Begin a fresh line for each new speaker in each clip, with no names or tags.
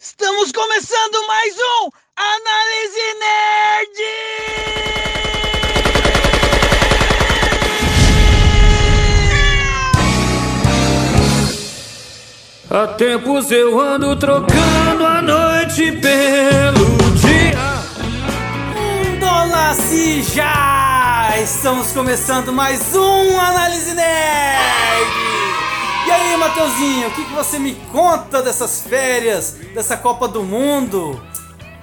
Estamos começando mais um Análise Nerd!
Há tempos eu ando trocando a noite pelo dia.
Dolace já! Estamos começando mais um Análise Nerd! E aí, Mateuzinho, o que, que você me conta dessas férias, dessa Copa do Mundo?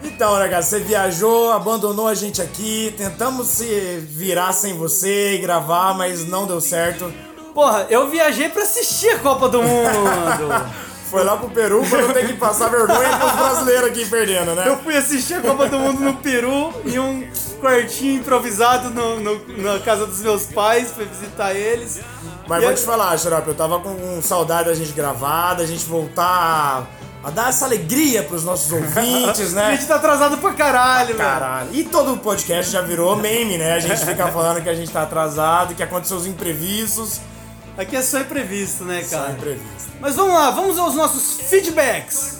Então, né, cara, você viajou, abandonou a gente aqui, tentamos se virar sem você e gravar, mas não deu certo.
Porra, eu viajei pra assistir a Copa do Mundo!
Foi lá pro Peru pra não ter que passar vergonha com os brasileiros aqui perdendo,
Eu
né?
fui assistir a Copa do Mundo no Peru, em um quartinho improvisado no- no- na casa dos meus pais, fui visitar eles.
Mas
E é-
vou
aí-
te falar, Xarope, eu tava com saudade da gente gravar, da gente voltar a dar essa alegria pros nossos ouvintes,
A
né?
gente tá atrasado pra caralho, velho.
Caralho. E todo o podcast já virou meme, né? A gente fica falando que a gente tá atrasado, que aconteceu os imprevistos.
Aqui é só imprevisto, né, cara?
São imprevistos.
Mas vamos lá, vamos aos nossos feedbacks.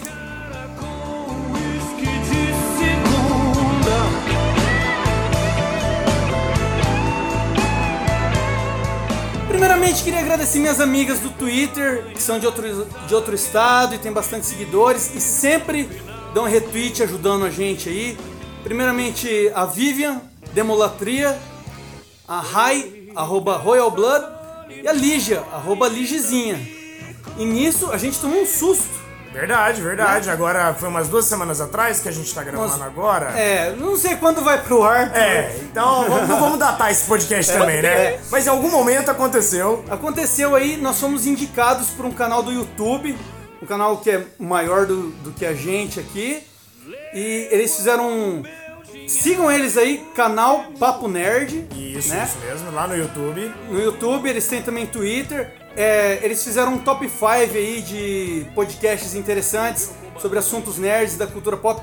Primeiramente, queria agradecer minhas amigas do Twitter, que são de outro, de outro estado e tem bastante seguidores e sempre dão retweet ajudando a gente aí. Primeiramente, a Vivian, Demolatria, a Rai, arroba Royal Blood, e a Lígia, arroba Ligizinha. E nisso a gente tomou um susto.
Verdade, verdade. Agora foi umas duas semanas atrás que a gente tá gravando
Né? Nossa.
agora.
É, não sei quando vai pro ar.
É, então vamos, não vamos datar esse podcast também, né?
é.
Mas em algum momento aconteceu.
Aconteceu aí, nós fomos indicados por um canal do YouTube, um canal que é maior do, do que a gente aqui. E eles fizeram um. Sigam eles aí, canal Papo Nerd.
Isso,
né?
isso mesmo, lá no YouTube.
no YouTube, eles têm também Twitter. É, eles fizeram um top 5 aí de podcasts interessantes sobre assuntos nerds da cultura pop.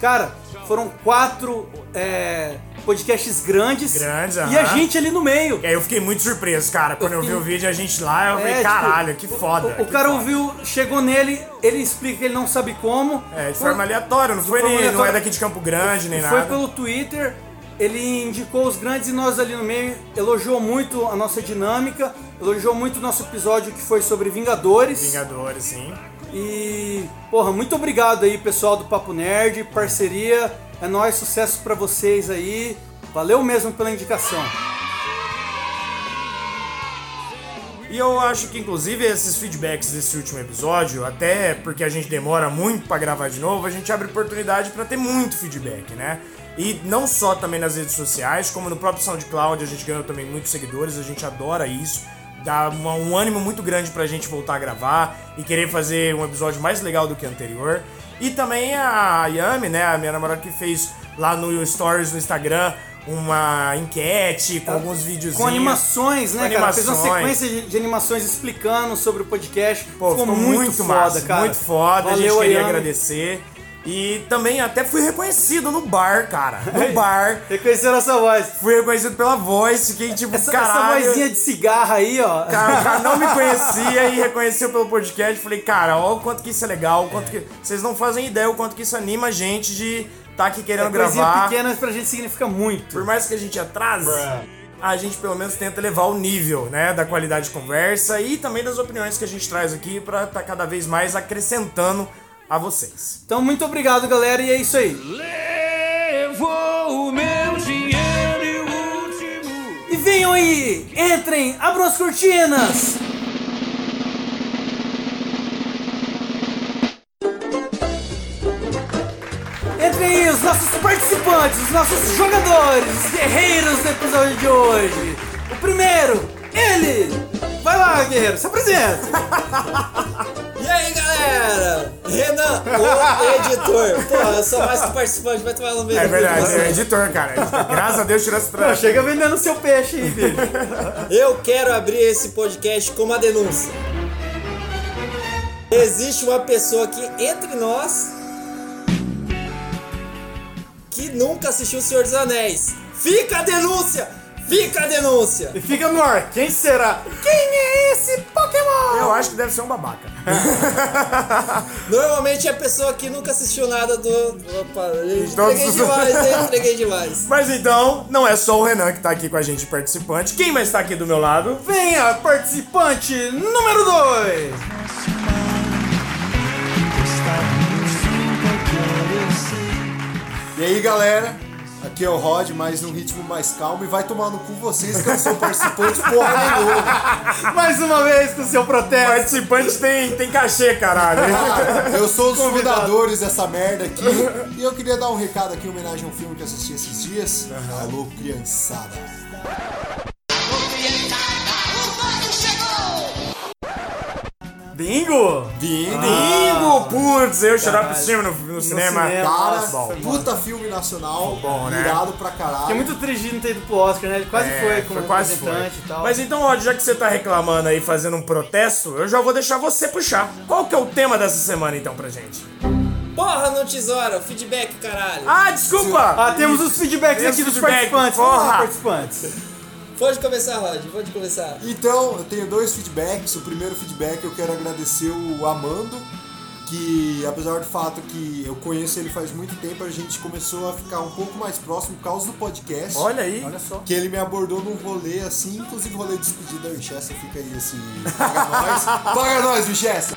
Cara, foram quatro é, podcasts grandes.
Grandes,
E a
aham.
gente ali no meio.
E aí eu fiquei muito surpreso, cara. Quando eu, vi
fiquei-
o vídeo a gente lá, eu
É,
falei,
tipo,
caralho, que É foda.
O, o
que
cara
foda."
ouviu, chegou nele, ele explica que ele não sabe como.
É, de
Foi-
forma aleatória, não foi
forma
nem. Não é
aleatória.
daqui de Campo Grande, nem
Foi
nada.
pelo Twitter, ele indicou os grandes e nós ali no meio, elogiou muito a nossa dinâmica, elogiou muito o nosso episódio que foi sobre Vingadores.
Vingadores, sim.
E, porra, muito obrigado aí, pessoal do Papo Nerd, parceria. É nóis, sucesso pra vocês aí. Valeu mesmo pela indicação.
E eu acho que, inclusive, esses feedbacks desse último episódio, até porque a gente demora muito pra gravar de novo, a gente abre oportunidade pra ter muito feedback, né? E não só também nas redes sociais, como no próprio SoundCloud, a gente ganhou também muitos seguidores, a gente adora isso. Dá uma- um ânimo muito grande pra gente voltar a gravar e querer fazer um episódio mais legal do que o anterior. E também a Yami, né, a minha namorada que fez lá no Stories no Instagram uma enquete com alguns videozinhos.
Tá. Com animações, né,
Com
cara? Fez uma
animações.
sequência de, de animações explicando sobre o podcast.
Pô, ficou, muito, foda, cara. Muito foda, a gente
Valeu,
queria
Ayane.
agradecer. E também até fui reconhecido no bar, cara. No bar.
Reconheceram essa voz.
Fui reconhecido pela voz, fiquei tipo,
Essa,
caralho.
essa vozinha de cigarra aí, ó.
Cara, o cara não me conhecia e reconheceu pelo podcast. Falei, cara, olha o quanto que isso é legal, o quanto que. Vocês não fazem ideia o quanto que isso anima a gente de tá aqui querendo
É coisinha
gravar.
pequena, mas pra gente significa muito.
Por mais que a gente atrase, a gente pelo menos tenta elevar o nível, né, da qualidade de conversa e também das opiniões que a gente traz aqui pra tá cada vez mais acrescentando a vocês.
Então, muito obrigado, galera, e é isso aí.
Levou o meu dinheiro e o último.
E venham aí, entrem, abram as cortinas. Entrem aí os nossos participantes, os nossos jogadores, os guerreiros do episódio de hoje. O primeiro, ele. Vai lá, guerreiro, se apresenta.
E aí galera, Renan, o editor. Pô, eu sou mais que participante, vai tomar no meio.
É verdade, é editor, cara. Graças a Deus tirou essa tra...
Chega vendendo seu peixe aí, bicho.
Eu quero abrir esse podcast com uma denúncia. Existe uma pessoa aqui entre nós que nunca assistiu O Senhor dos Anéis. Fica a denúncia! Fica a denúncia!
E fica no ar. Quem será? Quem é esse Pokémon?
Eu acho que deve ser um babaca.
Normalmente é a pessoa que nunca assistiu nada do. Opa,
Então,
entreguei
Todos-
demais, hein? Entreguei demais.
Mas então, não é só o Renan que tá aqui com a gente participante. Quem mais tá aqui do meu lado?
Venha, participante número 2.
E aí, galera? Aqui é o Rod, mas num ritmo mais calmo. E vai tomar no cu vocês que eu sou participante porra nenhuma.
Mais uma vez com seu protesto.
Participante tem, tem cachê, caralho.
Cara, eu sou um dos
Convidado.
fundadores dessa merda aqui. E eu queria dar um recado aqui em homenagem a um filme que eu assisti esses dias. Alô, criançada.
Bingo!
Vindo.
Bingo, putz, eu chorar por cima no, no cinema.
cinema.
Cara,
Nossa, É bom.
puta filme nacional,
bom, né?
virado pra caralho.
Fiquei muito triste de não ter ido pro Oscar, né? Ele quase
É,
foi como
quase
representante
foi.
e tal.
Mas então, Rod, já que você tá reclamando aí, fazendo um protesto, eu já vou deixar você puxar. Qual que é o tema dessa semana, então, pra gente?
Porra, não tesoura, feedback, caralho.
Ah, desculpa!
Ah, temos os feedbacks
Tem
aqui
os
dos
feedback,
participantes.
porra.
Vamos lá, participantes.
Pode começar, Rod, pode começar.
Então, eu tenho dois feedbacks. O primeiro feedback eu quero agradecer o Amando, que apesar do fato que eu conheço ele faz muito tempo, a gente começou a ficar um pouco mais próximo por causa do podcast.
Olha aí.
só.
Que ele me abordou num rolê assim, inclusive rolê de despedida da Winchester, fica aí esse. Paga nós! Paga nós, Winchester!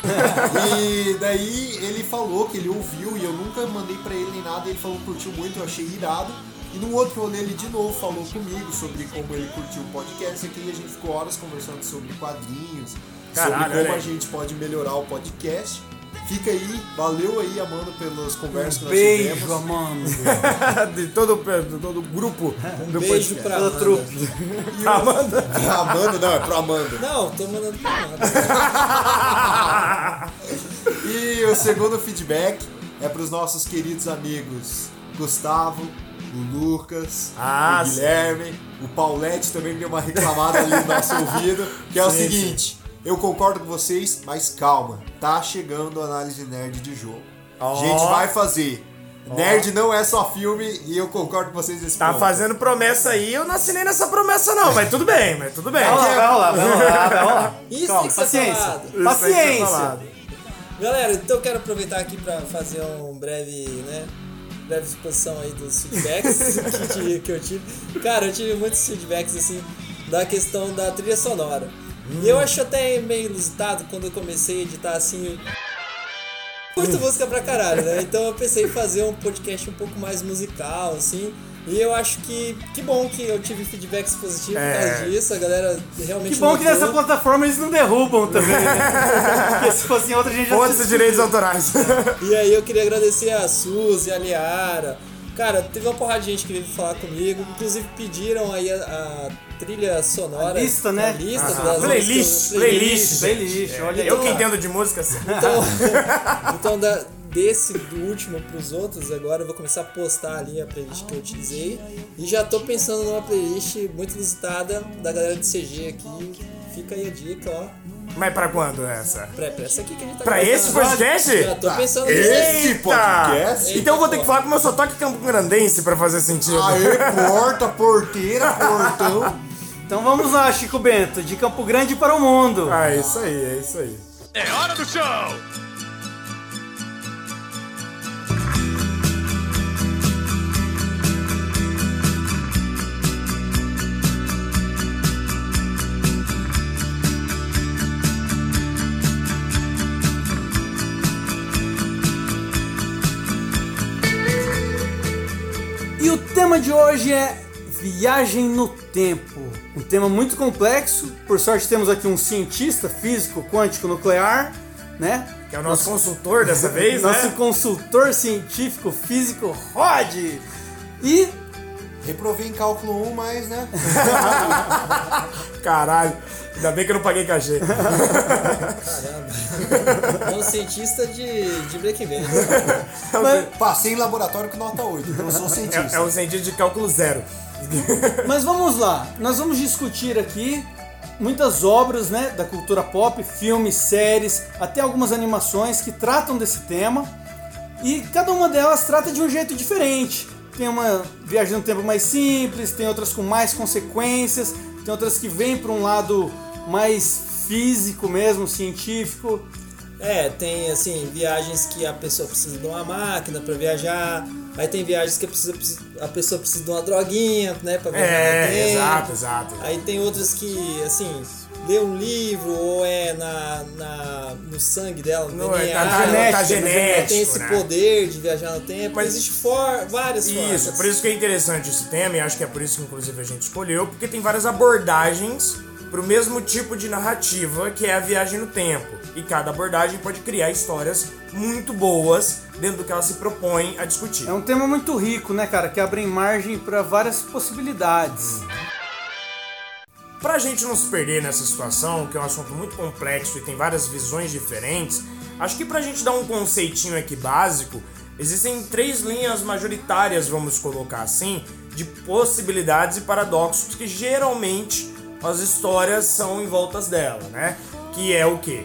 e daí ele falou que ele ouviu e eu nunca mandei pra ele nem nada, ele falou que curtiu muito, eu achei irado. E num outro rolê ele de novo falou comigo sobre como ele curtiu o podcast aqui e a gente ficou horas conversando sobre quadrinhos,
Caralho,
sobre
olha
como
aí.
a gente pode melhorar o podcast. Fica aí, valeu aí, Amando, pelas conversas que nós
Beijo,
tivemos.
Amando.
de todo, eh, de todo o grupo do podcast.
Beijo
tá
pra
Pela
Amanda.
trupe.
Pra Amanda? Pra Amanda, não, é pro Amanda.
Não, tô mandando pra nada.
E o segundo feedback é para os nossos queridos amigos Gustavo, o Lucas,
Ah,
o Guilherme, o Paulette também deu uma reclamada ali no nosso ouvido, que é o seguinte, eu concordo com vocês, mas calma, tá chegando a análise nerd de jogo. A gente vai fazer. Nerd não é só filme e eu concordo com vocês nesse
Tá
ponto.
fazendo promessa aí, eu não assinei nessa promessa não, mas tudo bem, mas tudo bem.
Vai rolar, vai rolar, vai rolar, vai rolar.
Isso
Calma,
tem que ser
paciência.
falado.
Isso aí que tá
Paciência.
falado.
Galera, então eu quero aproveitar aqui pra fazer um breve, né? Breve exposição aí dos feedbacks que, ti- que eu tive. Cara, eu tive muitos feedbacks assim da questão da trilha sonora. E
Hum.
eu acho até meio inusitado quando eu comecei a editar assim. eu
Hum.
Curto música pra caralho, né? Então eu pensei em fazer um podcast um pouco mais musical, assim. E eu acho que que bom que eu tive feedbacks positivos por causa disso. A galera realmente.
É. Que bom que
notou.
nessa plataforma eles não derrubam também. né? Porque se fosse em outra, a gente já
Outros direitos autorais.
E aí eu queria agradecer a Suzy, a Liara. Cara, teve uma porrada de gente que veio falar comigo. Inclusive pediram aí a, a trilha sonora.
A lista, né?
A lista
Ah,
das
playlist,
músicas,
playlist,
Playlist, olha aí.
É, Eu que entendo de música, assim.
Então, então da- desse do último pros outros, agora eu vou começar a postar ali a playlist que eu utilizei. E já tô pensando numa playlist muito inusitada da galera de CG aqui. Fica aí a dica, ó.
Mas pra quando é essa?
Pra, pra essa aqui que a gente tá
Pra esse
gravando.
podcast?
Já tô pensando nisso.
Esse
Eita!
podcast?
Então eu vou ter que falar com o meu sotaque campo grandense pra fazer sentido.
Aê, Ah, porta, porteira, portão.
Então vamos lá, Chico Bento, de Campo Grande para o mundo.
Ah, é isso aí, é isso aí.
E o tema de hoje é viagem no tempo. Um tema muito complexo. Por sorte temos aqui um cientista físico quântico nuclear, né?
Que é o nosso consultor dessa vez, né?
Nosso consultor científico físico Rod. E
Reprovei em cálculo 1, mas né?
Caralho. Ainda bem que eu não paguei cachê.
É um cientista de, de Breaking Bad.
Passei em laboratório com nota 8, então eu sou
É,
cientista.
é um sentido de cálculo zero.
Mas vamos lá, nós vamos discutir aqui muitas obras né, da cultura pop, filmes, séries, até algumas animações que tratam desse tema. E cada uma delas trata de um jeito diferente. Tem uma viagem no tempo mais simples, tem outras com mais consequências, tem outras que vêm para um lado mais físico mesmo, científico.
É, tem assim, viagens que a pessoa precisa de uma máquina pra viajar. Aí tem viagens que a pessoa precisa, a pessoa precisa de uma droguinha, né? Pra viajar lá
É,
dentro.
exato, exato.
Aí tem outras que, assim, lê um livro ou é na, na- no sangue dela, no
Não,
DNA.
tá- tá-
ela-
tá
ela
genético,
tem esse
né?
poder de viajar no tempo.
Mas-
Mas existe for, várias formas.
Isso, por isso que é interessante esse tema e acho que é por isso que inclusive a gente escolheu, porque tem várias abordagens pro mesmo tipo de narrativa que é a viagem no tempo. E cada abordagem pode criar histórias muito boas dentro do que ela se propõe a discutir.
É um tema muito rico, né, cara? Que abre margem para várias possibilidades.
Pra gente não se perder nessa situação, que é um assunto muito complexo e tem várias visões diferentes, acho que pra gente dar um conceitinho aqui básico, existem três linhas majoritárias, vamos colocar assim, de possibilidades e paradoxos que geralmente as histórias são em voltas dela, né? Que é o quê?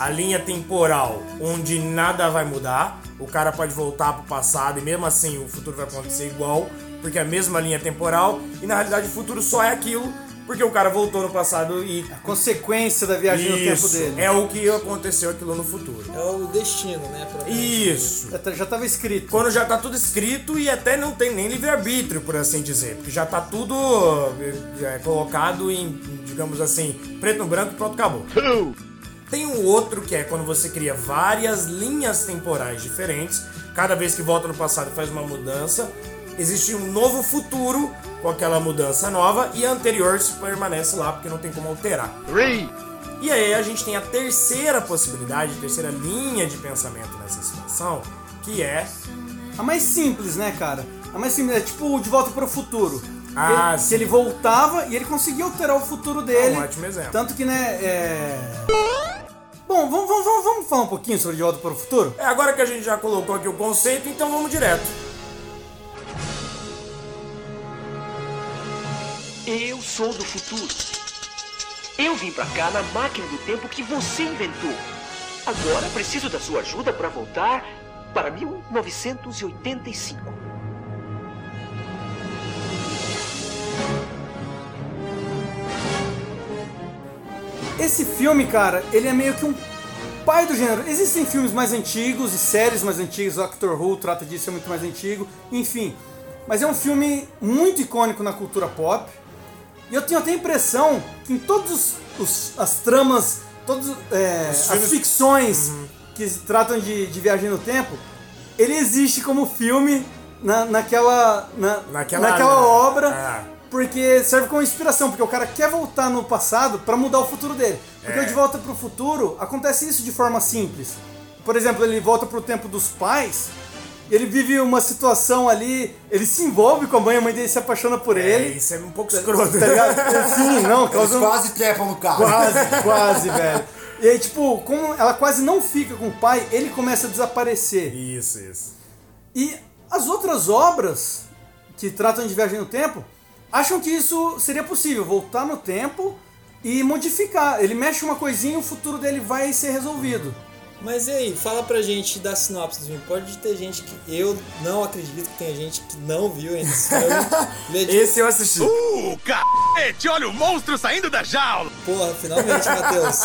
a linha temporal onde nada vai mudar, o cara pode voltar pro passado e mesmo assim o futuro vai acontecer igual, porque é a mesma linha temporal e na realidade o futuro só é aquilo porque o cara voltou no passado e
Consequência da viagem
isso
no tempo dele.
é o que aconteceu aquilo no futuro.
É o destino, né? pra-
Isso.
Já tá- Já estava escrito.
Quando já tá tudo escrito e até não tem nem livre-arbítrio, por assim dizer. Porque já tá tudo eh, eh, colocado em, digamos assim, preto no branco e pronto, acabou. Tem um outro que é quando você cria várias linhas temporais diferentes, cada vez que volta no passado faz uma mudança, existe um novo futuro com aquela mudança nova e a anterior se permanece lá porque não tem como alterar. E aí a gente tem a terceira possibilidade, a terceira linha de pensamento nessa situação, que é
A mais simples, né, cara? A mais simples é tipo o De Volta para o Futuro.
Ah,
ele,
sim.
que ele voltava e ele conseguia alterar o futuro dele.
É um ótimo exemplo.
Tanto que, né, é... Bom, vamos, vamos, vamos, vamos falar um pouquinho sobre De Volta para o Futuro?
É agora que a gente já colocou aqui o conceito, então vamos direto.
Eu sou do futuro. Eu vim pra cá na máquina do tempo que você inventou. Agora preciso da sua ajuda para voltar para 1985.
Esse filme, cara, ele é meio que um pai do gênero. Existem filmes mais antigos e séries mais antigas, o Doctor Who trata disso, é muito mais antigo, enfim. Mas é um filme muito icônico na cultura pop. E eu tenho até a impressão que em todas as tramas, todas é, as
filmes-
ficções que se tratam de, de viagem no tempo, ele existe como filme na, naquela, na-
Naquela-
naquela, obra.
Ah.
Porque serve como inspiração, porque o cara quer voltar no passado pra mudar o futuro dele. Porque o de volta pro futuro acontece isso de forma simples. Por exemplo, ele volta pro tempo dos pais, ele vive uma situação ali, ele se envolve com a mãe, a mãe dele se apaixona por
É,
ele.
isso é um pouco escroto.
Tá ligado? Sim, não,
Eles
causa um-
quase trepam no carro.
Quase, quase, velho. E aí, tipo, como ela quase não fica com o pai, ele começa a desaparecer.
Isso, isso.
E as outras obras que tratam de viagem no tempo acham que isso seria possível, voltar no tempo e modificar. Ele mexe uma coisinha e o futuro dele vai ser resolvido.
Mas e aí, fala pra gente da sinopse do filme. Pode ter gente que. Eu não acredito que tenha gente que não viu ainda esse filme. Lê de-
Esse eu assisti.
Uh!
Porra, finalmente, Matheus.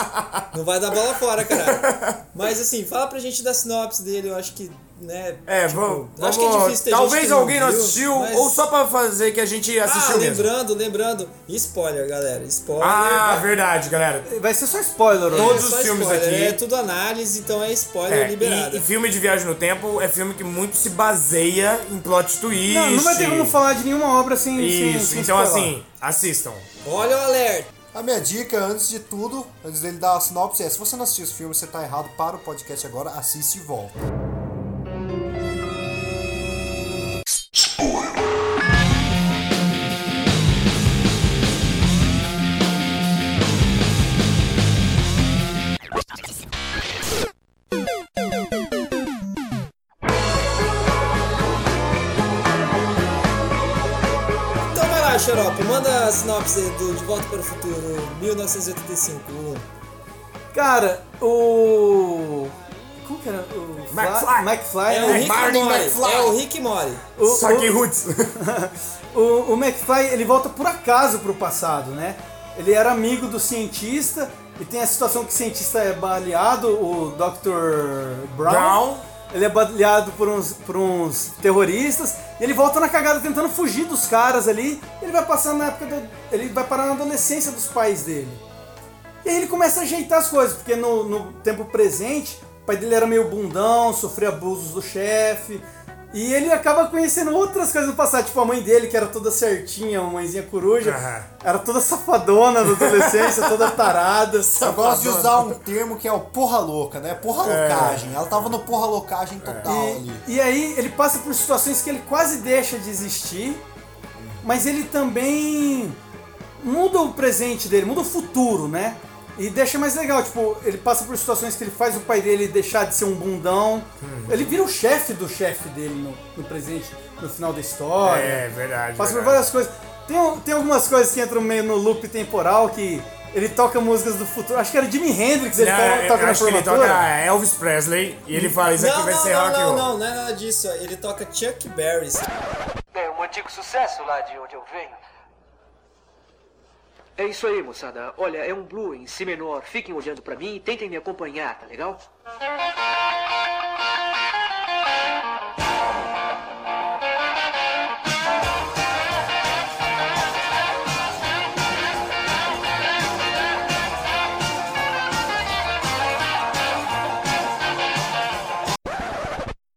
Não vai dar bola fora, caralho. Mas assim, fala pra gente da sinopse dele, eu acho que, né?
É,
tipo,
vamos.
Acho que é
vamos-
difícil ter
Talvez
gente que
alguém não
viu,
assistiu,
mas-
ou só pra fazer que a gente assistiu
Ah,
mesmo.
lembrando, né? lembrando. Spoiler, galera. Spoiler.
Ah,
vai-
verdade, galera.
Vai ser só spoiler, né?
Todos
é só
os filmes
spoiler,
aqui.
É tudo análise, então é spoiler
É,
liberado.
e, e filme de viagem no tempo é filme que muito se baseia em plot twist.
Não, não vai ter como falar de nenhuma obra sem sem-
Isso,
sem
então
spoiler.
assim, assistam.
Olha o alerta.
A minha dica, antes de tudo, antes dele dar a sinopse, é se você não assistiu esse filme, você tá errado, para o podcast agora, assiste e volta.
Então vai lá, Xarope, manda a sinopse aí do De Volta para o um. Futuro 1985.
Cara, o. Como que era o.
McFly.
McFly.
É
né?
o Rick
Marty
Mori.
McFly.
É o Rick Mori.
O- o-
Saque Roots.
o, o McFly ele volta por acaso pro passado, né? Ele era amigo do cientista e tem a situação que o cientista é baleado, o Dr. Brown.
Brown.
Ele é baleado por uns, por uns terroristas e ele volta na cagada tentando fugir dos caras ali. Ele vai passando na época do, ele vai parar na adolescência dos pais dele. E aí ele começa a ajeitar as coisas, porque no, no tempo presente, o pai dele era meio bundão, sofria abusos do chefe. E ele acaba conhecendo outras coisas do passado, tipo a mãe dele, que era toda certinha, uma mãezinha coruja,
Aham.
era toda safadona na adolescência, toda tarada.
Eu gosto de usar um termo que é o porra louca, né? Porra loucagem. Ela tava no porra loucagem total ali.
E, e aí ele passa por situações que ele quase deixa de existir, mas ele também muda o presente dele, muda o futuro, né? E deixa mais legal, tipo, ele passa por situações que ele faz o pai dele deixar de ser um bundão.
Uhum.
Ele vira o chefe do chefe dele no, no presente, no final da história.
É, verdade.
Passa por
verdade.
várias coisas. Tem, um- tem algumas coisas que entram meio no loop temporal que ele toca músicas do futuro. Acho que era Jimi Hendrix, ele
Não,
to-
eu
toca na
acho que ele
tá formatura.
toca Elvis Presley e ele fala: Isso aqui
Não,
é vai
não,
ser
não,
rock and
não,
roll.
não, não é nada disso. Ele toca Chuck Berry.
É um antigo sucesso lá de onde eu venho. É isso aí, moçada. Olha, é um blue em si menor. Fiquem olhando pra mim e tentem me acompanhar, tá legal?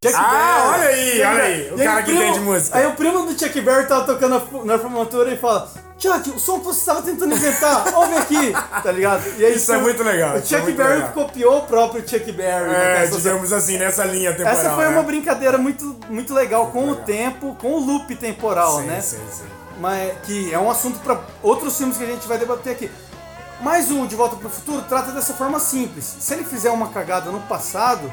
Chuck
Ah,
Berry.
olha aí, olha aí. O
E
cara que
primo-
entende música.
Aí o primo do Chuck Berry tava tocando na fu- na formatura e fala: Chuck, o som que você tava tentando inventar, ouve aqui, tá ligado? E aí,
Isso é
o-
muito legal,
O
isso é
Chuck
muito
Berry
legal.
copiou o próprio Chuck Berry. né,
É,
essa-
digamos assim, nessa linha temporal.
Essa foi
né?
uma brincadeira muito, muito legal com
legal.
o tempo, com o loop temporal,
sim,
né?
Sim, sim.
Mas que é um assunto para outros filmes que a gente vai debater aqui. Mas o De Volta para o Futuro trata dessa forma simples. Se ele fizer uma cagada no passado,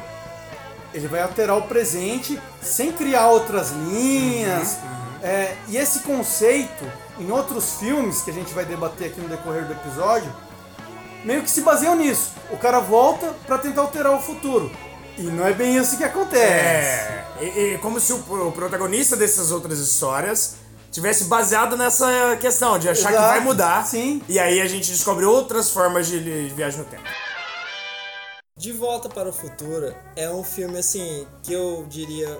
ele vai alterar o presente sem criar outras
Uhum,
linhas. É, e esse conceito, em outros filmes que a gente vai debater aqui no decorrer do episódio, meio que se baseiam nisso. O cara volta para tentar alterar o futuro. E não é bem isso que acontece.
É, e, e como se o, pro- o protagonista dessas outras histórias tivesse baseado nessa questão de achar É, que
Exato,
vai mudar.
sim.
E aí a gente descobre outras formas de li- viagem no tempo.
De Volta para o Futuro é um filme assim que eu diria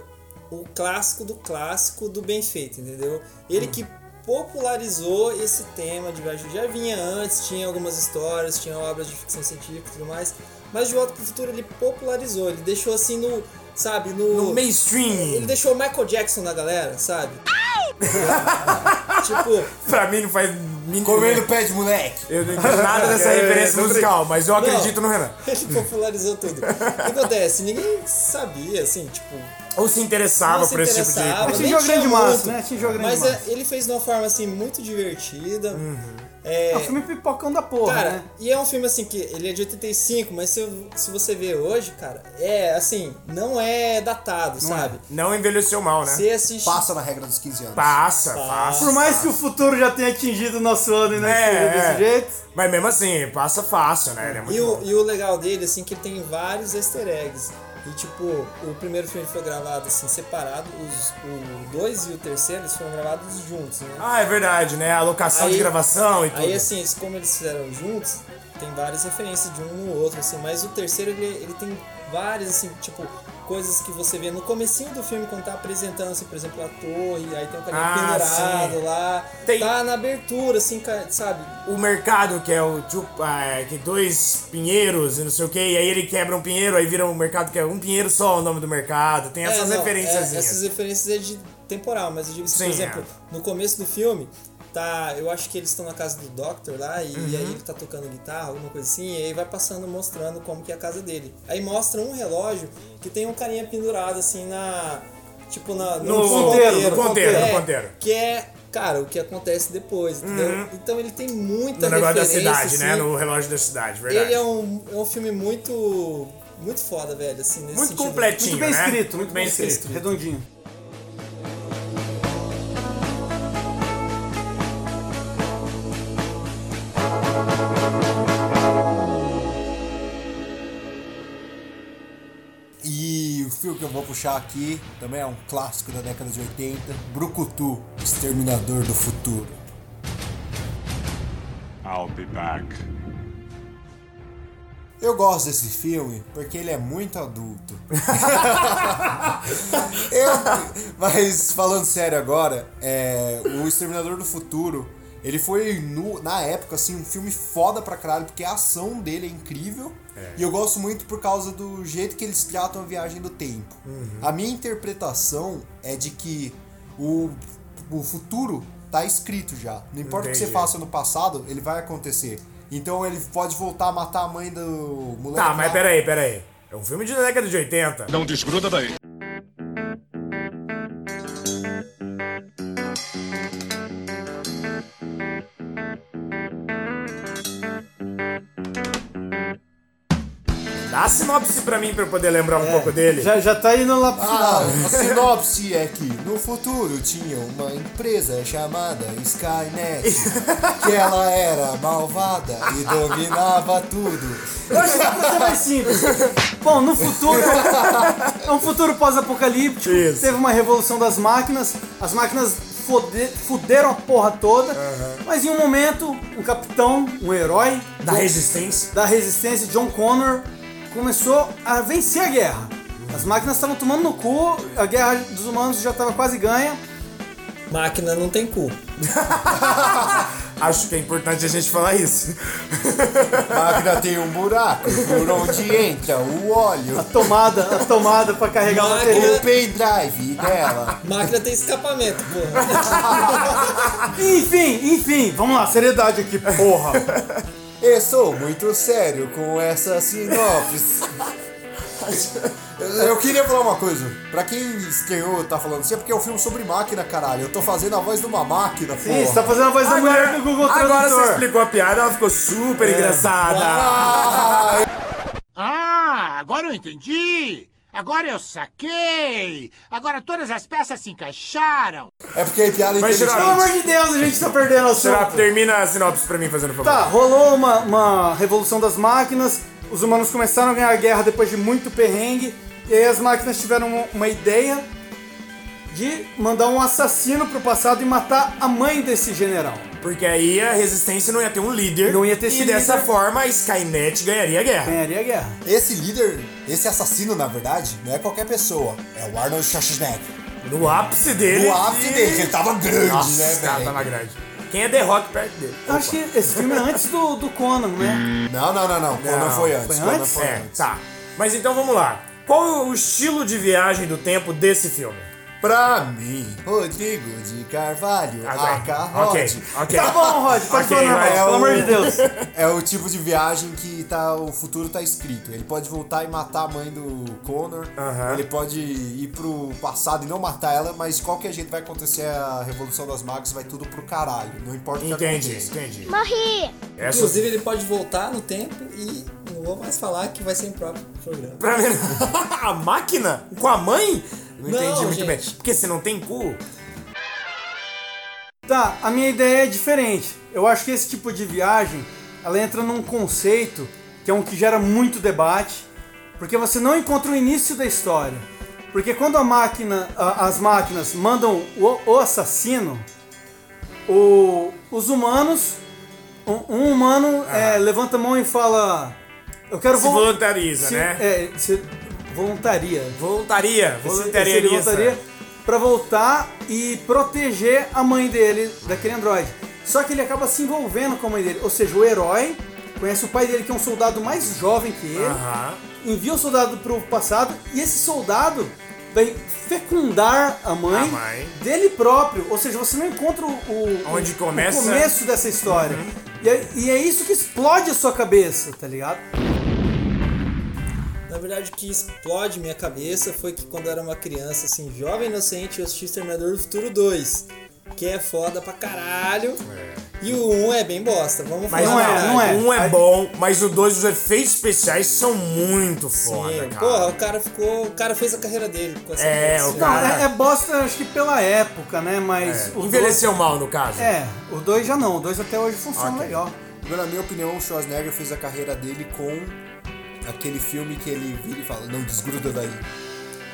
o clássico do clássico do bem feito, entendeu? Ele que popularizou esse tema de viagem já vinha antes, tinha algumas histórias, tinha obras de ficção científica e tudo mais, mas De Volta para o Futuro ele popularizou, ele deixou assim no, sabe, no,
No
ele
mainstream.
deixou o Michael Jackson na galera, sabe? tipo,
Pra mim não faz mínimo-
Comendo pé de moleque.
Eu não entendo nada dessa
É,
referência
não
musical, mas eu acredito
Não.
no Renan.
ele popularizou tudo. O que acontece? Ninguém sabia, assim, tipo,
Ou se interessava
Não se
por esse tipo de.
interessava.
Atingiu a
nem
grande
tinha
massa,
muito.
né? Atingiu a grande
Mas
massa.
é, ele fez de uma forma assim muito divertida.
Hum.
É, um filme pipocão da porra,
Cara,
né?
e é um filme assim que ele é de 85, mas se, eu- se você ver hoje, cara, é assim, não é datado, sabe?
Não envelheceu mal, né?
Você assiste.
Passa na regra dos 15 anos.
Passa, passa.
Por mais que o futuro já tenha atingido o nosso ano e não esteja desse jeito.
Mas mesmo assim, passa fácil, né? Ele é muito
E o,
bom.
e o legal dele, assim, que ele tem vários easter eggs. E tipo, o primeiro filme foi gravado assim, separado, os, o dois e o terceiro eles foram gravados juntos, né?
Ah, é verdade, né? A locação de
Aí-
gravação e tudo.
Aí assim, eles- como eles fizeram juntos, tem várias referências de um no outro, assim, mas o terceiro ele, ele tem várias, assim, tipo, coisas que você vê no comecinho do filme quando tá apresentando, assim, por exemplo, a torre, aí tem um cara
Ah,
pendurado
sim.
lá,
Tem-
tá na abertura, assim, ca- sabe?
o mercado que é o tipo, ah, que dois pinheiros e não sei o que, e aí ele quebra um pinheiro, aí vira um mercado que é um pinheiro só o nome do mercado. Tem essas
É, não,
referências.
é, essas referências é de temporal, mas eu digo assim,
Sim, é.
por exemplo, no começo do filme, tá, eu acho que eles estão na casa do Doctor lá, e
Uhum.
aí ele tá tocando guitarra, alguma coisa assim, e aí vai passando, mostrando como que é a casa dele. Aí mostra um relógio que tem um carinha pendurado assim na. Tipo na.
No ponteiro, no ponteiro, no
é,
ponteiro. Uhum.
Que é. Cara, o que acontece depois, entendeu? Então ele tem muita
No negócio da
referência.
cidade, né?
assim.
No relógio da cidade, verdade.
Ele é um, é um filme muito. Muito foda, velho, assim, nesse
Muito
sentido.
completinho,
Muito bem
né?
escrito, muito bem escrito,
escrito.
redondinho.
que eu vou puxar aqui também é um clássico da década de 80, Brucutu, Exterminador do Futuro.
I'll be back.
Eu gosto desse filme porque ele é muito adulto. Eu- mas falando sério agora, é, o Exterminador do Futuro, ele foi no- na época assim um filme foda pra caralho porque a ação dele é incrível. E eu gosto muito por causa do jeito que eles tratam a viagem do tempo. A minha interpretação é de que o, o futuro tá escrito já. Não importa o que você
Entendi.
faça no passado, ele vai acontecer. Então ele pode voltar a matar a mãe do moleque.
Tá,
lá.
mas peraí, peraí. É um filme de década de 80.
Não desgruda daí.
Dá a sinopse pra mim pra eu poder lembrar um pouco dele.
É. Já, já tá indo lá pro
Ah,
final.
a sinopse é que no futuro tinha uma empresa chamada Skynet, que ela era malvada e dominava tudo.
Eu acho que vai ser mais simples. Bom, no futuro. É um futuro pós-apocalíptico.
Isso.
Teve uma revolução das máquinas. As máquinas fode- fuderam a porra toda. Mas em um momento, um capitão, um herói
Da Resistência.
da resistência, John Connor, começou a vencer a guerra. As máquinas estavam tomando no cu, a guerra dos humanos já estava quase ganha.
Máquina não tem cu.
Acho que é importante a gente falar isso.
A máquina tem um buraco por onde entra o óleo.
A tomada, a tomada para carregar o
é
Máquina.
material.
O pendrive dela.
Máquina tem escapamento, porra.
Enfim, enfim, vamos lá, seriedade aqui, porra.
Eu sou muito sério com essa sinopse. Eu queria falar uma coisa. Pra quem estranhou, tá falando assim, é porque é um filme sobre máquina, caralho. Eu tô fazendo a voz de uma máquina, porra.
Sim, você tá fazendo a voz da mulher do Google
agora você
Tradutor. É.
explicou a piada, ela ficou super engraçada.
Ah, agora eu entendi! Agora eu saquei! Agora todas as peças se encaixaram!
É porque é piada
Mas,
inteligente.
Pelo amor de Deus, a gente tá perdendo o
Será
assunto.
termina a sinopse pra mim, fazendo favor.
Tá, rolou uma, uma revolução das máquinas, os humanos começaram a ganhar a guerra depois de muito perrengue, e aí as máquinas tiveram uma, uma ideia de mandar um assassino pro passado e matar a mãe desse general.
Porque aí a Resistência não ia ter um líder.
Não ia ter
E
esse
dessa
líder.
forma a Skynet ganharia a guerra.
Ganharia a guerra.
Esse líder, esse assassino, na verdade, não é qualquer pessoa. É o Arnold Schwarzenegger.
No ápice dele.
No ápice
que-
dele, ele tava grande,
Nossa, tá
né,
esse cara
velho?
tava grande. Quem é The Rock perto dele?
Eu acho que esse filme é antes do, do Conan,
Hum.
né?
Não, não, não, não. Conan
Não,
foi antes.
foi
Conan
antes?
foi
É,
antes.
tá. Mas então vamos lá. Qual é o estilo de viagem do tempo desse filme?
Pra mim, Rodrigo de Carvalho,
Agora.
aka
Tá Ah, Ok,
Rod.
ok.
Tá bom, Rod, pode
Ok,
falar normal,
vai, é
pelo
o-
amor de Deus.
É o tipo de viagem que tá, o futuro tá escrito. Ele pode voltar e matar a mãe do Connor.
Aham.
Ele pode ir pro passado e não matar ela, mas de qualquer jeito vai acontecer a Revolução das Magas, vai tudo pro caralho. Não importa o que
Entendi,
aconteça.
entendi.
Morri!
Essa
Inclusive, ele pode voltar no tempo e não vou mais falar que vai ser em próprio programa.
Pra ver- a máquina? Com a mãe? Não,
Não,
entendi muito bem.
gente.
Porque se não tem cu.
Tá, a minha ideia é diferente. Eu acho que esse tipo de viagem, ela entra num conceito que é um que gera muito debate, porque você não encontra o início da história. Porque quando a máquina, a- as máquinas mandam o, o assassino, o- os humanos, um, um humano eh, levanta a mão e fala, eu quero
Ah. Se
vol-
voluntariza,
se-
né?
é, se voluntaria,
Voluntaria, voluntaria.
ele voltaria pra voltar e proteger a mãe dele, daquele androide. Só que ele acaba se envolvendo com a mãe dele. Ou seja, o herói conhece o pai dele, que é um soldado mais jovem que ele,
Aham.
envia o soldado pro passado e esse soldado vai fecundar a mãe,
A mãe.
dele próprio. Ou seja, você não encontra o, o-
Onde
o
começa- Uhum.
começo dessa história. E, é, e é isso que explode a sua cabeça, tá ligado?
Na verdade, o que explode minha cabeça foi que quando eu era uma criança, assim, jovem inocente, eu assisti Exterminador do Futuro 2. Que é foda pra caralho. E o 1 é bem bosta, vamos
Mas
falar.
não
a
é,
verdade.
não é.
Um é
Aí-
bom, mas o dois, os efeitos especiais são muito foda,
Sim,
cara.
porra, o cara ficou. O cara fez a carreira dele com essa
É,
coleção.
o
Não,
cara-
é, é bosta, acho que pela época, né? Mas o dois-
É. Envelheceu mal, no caso.
É, o 2 já não, o 2 até hoje funciona legal.
Na minha opinião, o Schwarzenegger fez a carreira dele com aquele filme que ele vira e fala, não desgruda daí.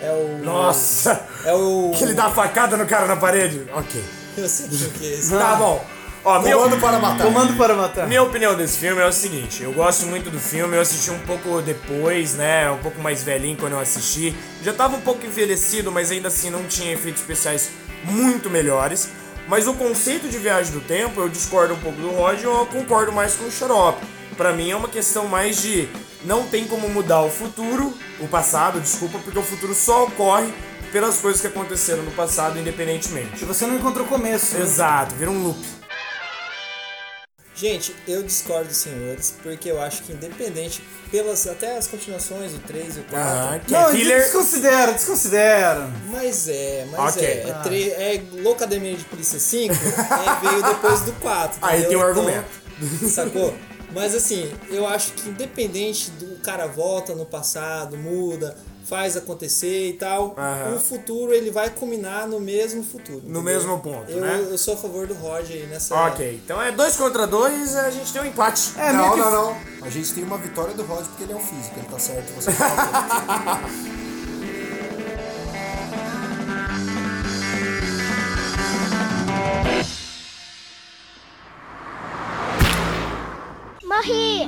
É o.
Nossa!
É o.
Que ele dá a facada no cara na parede? Ok.
Eu sei o que é isso.
Tá bom. Ó, meu,
Comando para
Tá.
matar.
Comando para matar.
minha opinião desse filme é o seguinte, eu gosto muito do filme, eu assisti um pouco depois, né, um pouco mais velhinho quando eu assisti. Já tava um pouco envelhecido, mas ainda assim não tinha efeitos especiais muito melhores. Mas o conceito de viagem do tempo, eu discordo um pouco do Roger, eu concordo mais com o Xarope. Pra mim é uma questão mais de não tem como mudar o futuro, o passado, desculpa, porque o futuro só ocorre pelas coisas que aconteceram no passado, independentemente.
E você não encontrou o começo. né?
Exato, vira um loop.
Gente, eu discordo dos senhores, porque eu acho que independente, pelas até as continuações, o 3 e o 4.
Ah, que
Não,
é killer.
desconsidera, desconsidera.
Mas é, mas
Ah. Ok.
é. É, tre- é Loucademia de Polícia 5 é, veio depois do 4.
Aí
entendeu?
tem um
Então,
argumento.
sacou? Mas assim, eu acho que independente do o cara volta no passado, muda, faz acontecer e tal,
Aham.
o futuro ele vai culminar no mesmo futuro.
No
entendeu?
mesmo ponto,
eu,
né?
eu sou a favor do Roger aí nessa.
Ok, então é dois contra dois, a gente tem um empate.
É, meio
não,
que-
não, não. A gente tem uma vitória do Rod porque ele é um físico, ele tá certo, você tá
Morri!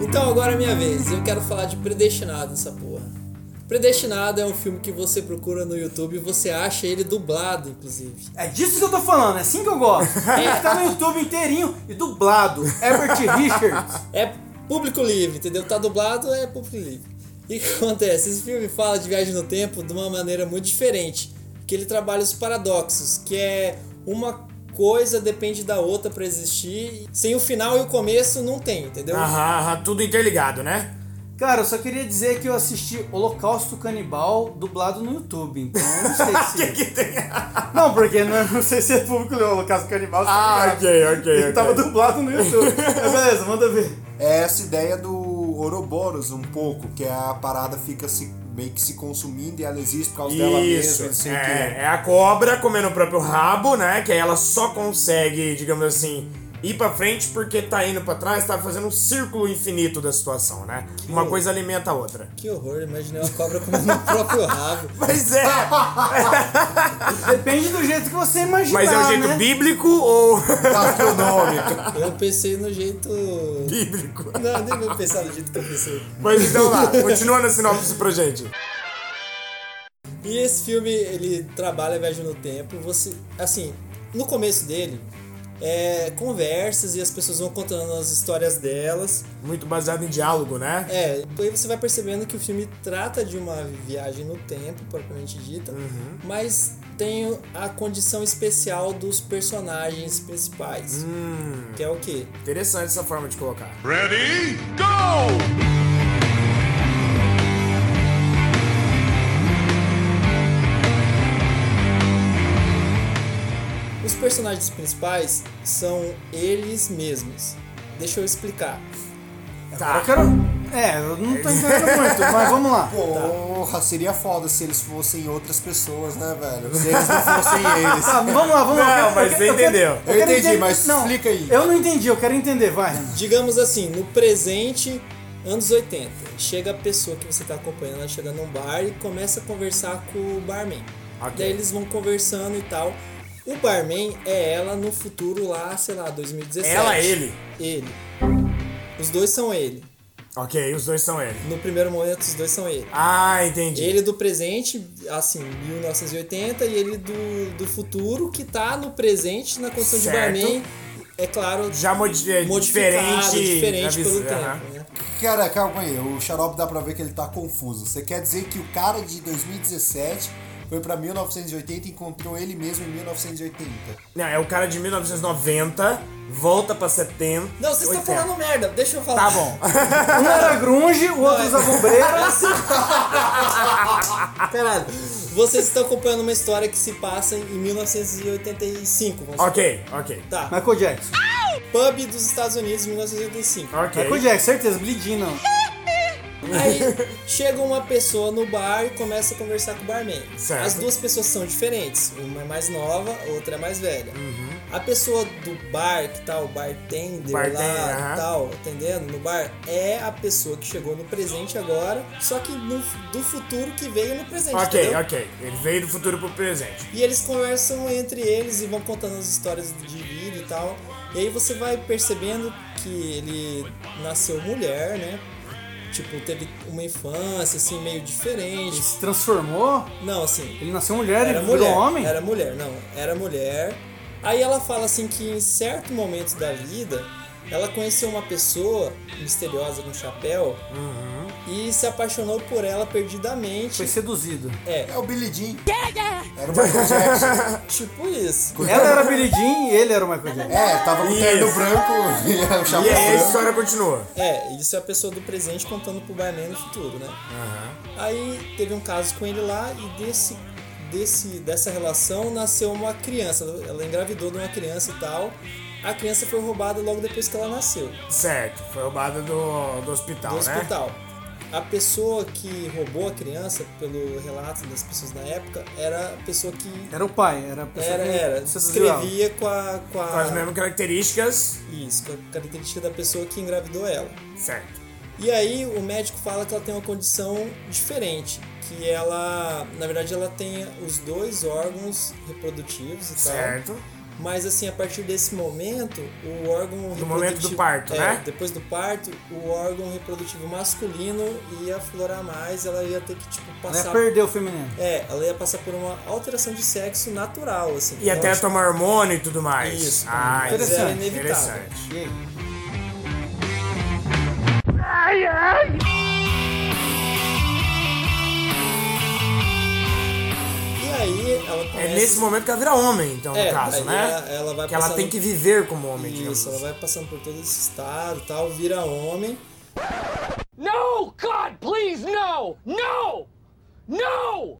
Então agora é minha vez, eu quero falar de Predestinado nessa porra. Predestinado é um filme que você procura no YouTube e você acha ele dublado, inclusive.
É disso que eu tô falando, é assim que eu gosto. Tem que tá no YouTube inteirinho e dublado. Herbert Richards.
É público livre, entendeu? Tá dublado, é público livre. E o que acontece? Esse filme fala de viagem no tempo de uma maneira muito diferente, porque ele trabalha os paradoxos, que é uma coisa depende da outra pra existir, sem o final e o começo não tem, entendeu?
Aham, aham, tudo interligado, né?
Cara, eu só queria dizer que eu assisti Holocausto Canibal dublado no YouTube, então eu não sei se.
Que tem-
não, porque não, não sei se é público o Holocausto Canibal.
Ah,
tá ligado?
ok, ok,
Ele
ok.
tava dublado no YouTube. Mas beleza, manda ver.
É essa ideia do Ouroboros um pouco, que a parada fica se, meio que se consumindo e ela existe por causa dela mesma, não
Isso,
sei o
é,
quê.
é a cobra comendo o próprio rabo, né? Que aí ela só consegue, digamos assim, ir pra frente porque tá indo pra trás, tá fazendo um círculo infinito da situação, né? Uma coisa alimenta a outra.
Que horror, imaginei uma cobra comendo o próprio rabo.
Mas é,
Depende do jeito que você imaginar.
mas é um jeito
né?
bíblico ou
Astronômica.
Eu pensei no jeito.
bíblico?
Não, nem vou pensar do jeito que eu pensei.
Mas então lá, continuando a sinopse pra gente.
E esse filme, ele trabalha a viagem no tempo. Você, assim, no começo dele, é conversas e as pessoas vão contando as histórias delas.
Muito baseado em diálogo, né?
É, depois você vai percebendo que o filme trata de uma viagem no tempo, propriamente dita, mas tem a condição especial dos personagens principais. Que é o quê?
Interessante essa forma de colocar.
Ready? Go!
Os personagens principais são eles mesmos. Deixa eu explicar.
Tá.
Eu quero. É, eu não tô entendendo muito, mas vamos lá.
Porra, seria foda se eles fossem outras pessoas, né, velho? Se eles não fossem eles.
Tá, vamos lá, vamos lá.
Não,
Eu quero-
mas
eu
você
quero-
entendeu.
quero
Eu entendi,
entender-
mas explica aí.
Eu não entendi, eu quero entender, vai.
digamos assim, no presente, anos 80, chega a pessoa que você está acompanhando, ela chega num bar e começa a conversar com o barman.
Ok.
Daí eles vão conversando e tal. O barman é ela no futuro lá, sei lá, 2017.
Ela, ele.
Ele. Os dois são ele.
Ok, os dois são ele.
No primeiro momento, os dois são ele.
Ah, entendi.
Ele do presente, assim, 1980, e ele do, do futuro, que tá no presente, na condição
Certo.
de barman, é claro,
Já modi é
modificado,
diferente.
diferente
da
pelo
visão,
tempo,
aham.
né?
Cara, calma aí, o xarope dá pra ver que ele tá confuso. Você quer dizer que o cara de 2017 foi pra 1980 e encontrou ele mesmo em 1980?
Não, é o cara de 1990, volta pra 70.
Não, vocês estão
80.
falando merda, deixa eu falar.
Tá bom.
Um era grunge, o outro usa
Era
ombreira.
assim. Caralho. Vocês estão acompanhando uma história que se passa em 1985. vamos
ok, ok.
supor. Tá.
Michael Jackson.
Pub dos Estados Unidos, 1985.
Ok.
É
Michael Jackson, certeza, Billy Jean, não.
Aí chega uma pessoa no bar e começa a conversar com o barman.
Certo.
As duas pessoas são diferentes. Uma é mais nova, outra é mais velha.
Uhum.
A pessoa do bar, que tá o bartender,
Bartender,
lá
aham.
e tal, atendendo no bar, é a pessoa que chegou no presente agora, só que no- do futuro que veio no presente.
Ok,
entendeu?
ok. Ele veio do futuro pro presente.
E eles conversam entre eles e vão contando as histórias de vida e tal. E aí você vai percebendo que ele nasceu mulher, né? Tipo, teve uma infância, assim, meio diferente.
Ele se transformou,
Não, assim,
ele nasceu mulher,
era
ele virou
mulher.
homem.
Era mulher, não, era mulher. Aí ela fala assim que em certo momento da vida ela conheceu uma pessoa misteriosa com chapéu e se apaixonou por ela perdidamente.
Uhum. Foi seduzido.
É o Billy Jean. Era o Michael Jackson.
Tipo isso.
Ela era Billy Jean e ele era o Michael Jackson.
É, tava com o terno
Isso.
branco e o
E
chapéu
aí a
branco.
história continua.
É, isso é a pessoa do presente contando pro barman no futuro, né? Aí teve um caso com ele lá e desse, desse, dessa relação nasceu uma criança. Ela engravidou de uma criança e tal. A criança foi roubada logo depois que ela nasceu,
Certo. Foi roubada do, do hospital,
do
né?
hospital. A pessoa que roubou a criança, pelo relato das pessoas na época, era a pessoa que.
Era o pai, era a pessoa
Era,
que
era.
seduziu ela.
Escrevia com a.
Com
Com
as
a
mesmas características.
isso, com a característica da pessoa que engravidou ela.
Certo.
E aí o médico fala que ela tem uma condição diferente, que ela, na verdade, ela tem os dois órgãos reprodutivos e
Certo.
tal. Mas assim, a partir desse momento, o órgão reprodutivo,
momento do parto,
é,
né?
Depois do parto, o órgão reprodutivo masculino ia aflorar mais, ela ia ter que tipo
Ela
passar
perdeu o feminino.
é, ela ia passar por uma alteração de sexo natural, assim.
E
Então,
até
tipo,
tomar hormônio e tudo mais.
Isso,
Ah,
mas
era
interessante.
inevitável.
interessante.
E aí?
E aí ela
É
começa
nesse momento que ela vira homem, então,
É,
no caso,
aí
né?
ela- ela vai
que ela
passando-
tem que viver como homem, digamos
Isso, ela
assim.
vai passando por todo esse estado e tal, vira homem.
No, God, please, no! No! No!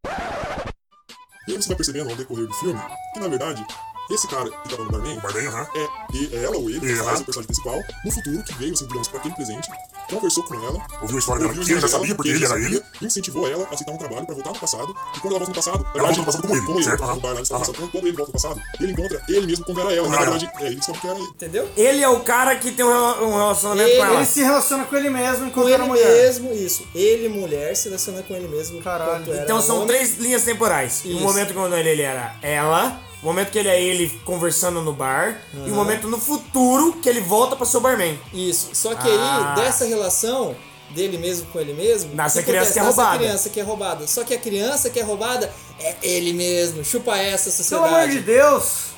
E aí você vai percebendo ao decorrer do filme que, na verdade, esse cara que tava no Barman, Barman é, e- é ela ou ele, que faz o personagem principal, no futuro, que veio, assim, digamos, pra aquele presente, conversou com ela, ouviu a história dela, que ele já sabia, porque ele era ele, incentivou ela a aceitar um trabalho pra voltar no passado, e quando ela volta no passado, ela volta no passado como ele, como ele, no bar lá no passado, quando ele volta no passado, ele encontra ele mesmo quando era ela, na verdade, é, ele descobre que era ele.
Entendeu?
Ele é o cara que tem um rela- um relacionamento
Ele-
com ela.
Ele se relaciona com ele mesmo
Com
enquanto
ele
era mulher.
mesmo, isso. Ele, mulher, se relaciona com ele mesmo.
Caralho.
enquanto era
Então são
homem.
três linhas temporais. O
Isso.
momento quando ele, ele era ela, o momento que ele é ele conversando no bar, e o momento no futuro que ele volta pra ser o barman.
Isso. Só que
Ah.
aí, dessa relação dele mesmo com ele mesmo.
Nasce
o
a criança
acontece?
que é
Nasce a
roubada.
criança que é roubada. Só que a criança que é roubada é ele mesmo. Chupa essa
Pelo amor de
sociedade.
Deus!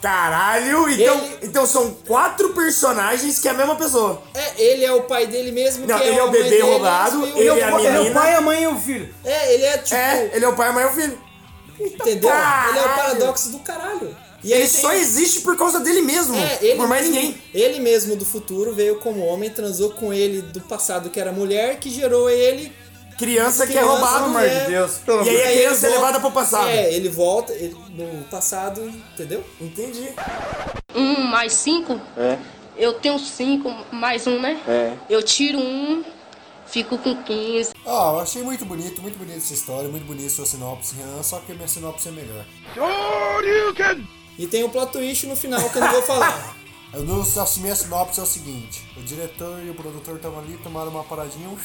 Caralho! Então,
Ele-
então são quatro personagens que é a mesma pessoa.
É, ele é o pai dele mesmo.
Não,
que
ele é
a
o
mãe
bebê
dele,
roubado,
e o-
Ele
Ele
é a
é, o, ele é
menina.
o pai, a mãe e o filho.
É, ele é tipo.
É, ele é o pai, a mãe e o filho.
Entendeu? Ele é o
Caralho.
paradoxo do caralho. E
Ele
aí tem-
só existe por causa dele mesmo.
É, ele,
por mais
ele-
ninguém.
ele mesmo do futuro veio como homem, transou com ele do passado que era mulher, que gerou ele.
Criança que é
Criança,
roubada.
mulher.
mano.
Deus, pelo
E aí
E
a
aí
criança é
ele volta-
levada pro passado.
É, ele volta ele- no passado, entendeu?
Entendi.
Um mais cinco? É. Eu tenho cinco mais um, né? É. Eu tiro um, fico com 15.
Ó, eu achei muito bonito, muito bonita essa história, muito bonita sua sinopse, Renan, só que a minha sinopse é melhor.
E tem o plot twist no final que eu não vou falar.
Eu não, a minha sinopse é o seguinte: o diretor e o produtor estavam ali, tomaram uma paradinha. um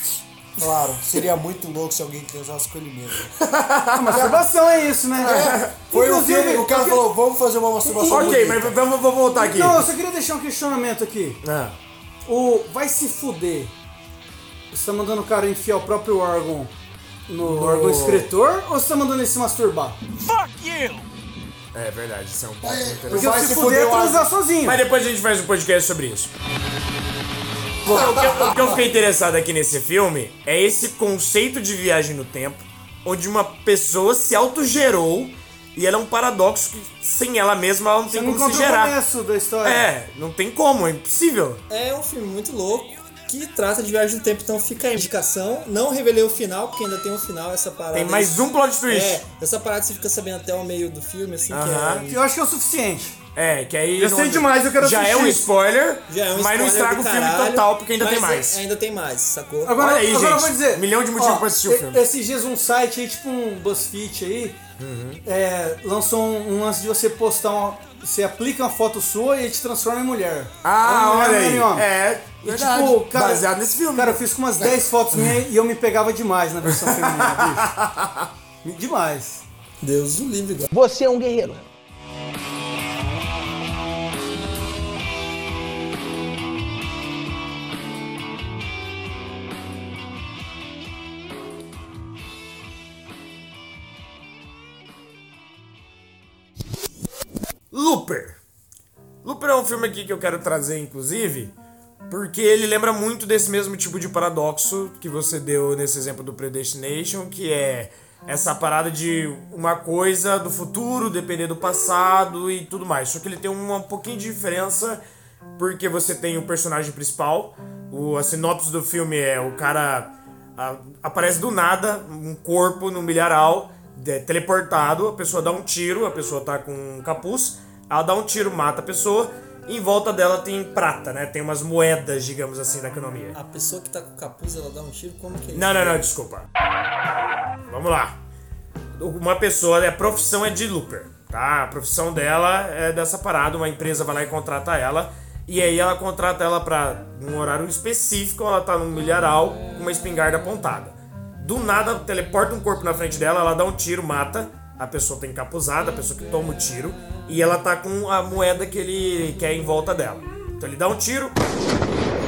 Claro, seria muito louco se alguém transasse com ele mesmo.
Ah, masturbação é isso, né?
Foi o filme, o cara falou, vamos fazer uma masturbação.
Ok,
bonita."
mas vamos, vou voltar aqui.
Não, eu só queria deixar um questionamento aqui.
Ah.
O vai se fuder. Você tá mandando o cara enfiar o próprio órgão no órgão escritor ou você tá mandando ele se masturbar?
Fuck you!
É verdade, isso é um ponto interessante.
Porque o
Vai
se
se
fuder é
fuder, eu acho.
transar sozinho.
Mas depois a gente faz um podcast sobre isso. Bom, o, que eu, o que eu fiquei interessado aqui nesse filme é esse conceito de viagem no tempo, onde uma pessoa se autogerou e ela é um paradoxo que sem ela mesma ela não
Você
tem
não
como se
encontrou o
gerar.
começo da história.
É, não tem como, é impossível.
é um filme muito louco que trata de viagem no tempo, então fica a indicação. Não revelei o final, porque ainda tem um final, essa parada.
Tem mais um plot twist.
É, essa parada você fica sabendo até o meio do filme, assim, que
Aham.
é.
Eu acho que é o suficiente.
É, que aí.
Eu
não-
sei demais, eu quero
Já é
assistir.
um spoiler,
Já é um
mas não
spoiler
estraga
do
o filme
caralho,
total, porque ainda
mas
tem
é-
mais.
Ainda tem mais, sacou?
Agora- Olha aí,
gente.
gente.
Agora eu vou dizer.
Milhão de motivos pra assistir o
e-
filme.
Esses dias um site aí, tipo um BuzzFeed aí,
Uhum.
é, lançou um, um lance de você postar uma. Você aplica uma foto sua e ele te transforma em mulher.
Ah,
Ou em mulher,
olha
ou
aí.
em homem.
É,
E,
verdade.
tipo, cara,
Baseado nesse filme.
Cara, eu fiz com umas 10 fotos minhas e eu me pegava demais na versão feminina, bicho. Demais.
Deus o livre, cara.
Você é um guerreiro.
Looper. Looper é um filme aqui que eu quero trazer, inclusive, porque ele lembra muito desse mesmo tipo de paradoxo que você deu nesse exemplo do Predestination, que é essa parada de uma coisa do futuro depender do passado e tudo mais. Só que ele tem uma um pouquinho de diferença porque você tem o personagem principal, o, a sinopse do filme é o cara a- aparece do nada, um corpo no milharal, é, teleportado, a pessoa dá um tiro, a pessoa tá com um capuz, ela dá um tiro, mata a pessoa, e em volta dela tem prata, né? Tem umas moedas, digamos assim, na economia.
A pessoa que tá com o capuz, ela dá um tiro, como que é
Não,
isso?
não, não, desculpa. Vamos lá. Uma pessoa, né, a profissão é de looper, tá? A profissão dela é dessa parada, uma empresa vai lá e contrata ela, e aí ela contrata ela pra um horário específico, ela tá num milharal com uma espingarda apontada. Do nada, teleporta um corpo na frente dela, ela dá um tiro, mata. A pessoa tá encapuzada, a pessoa que toma o tiro, e ela tá com a moeda que ele quer em volta dela. Então ele dá um tiro,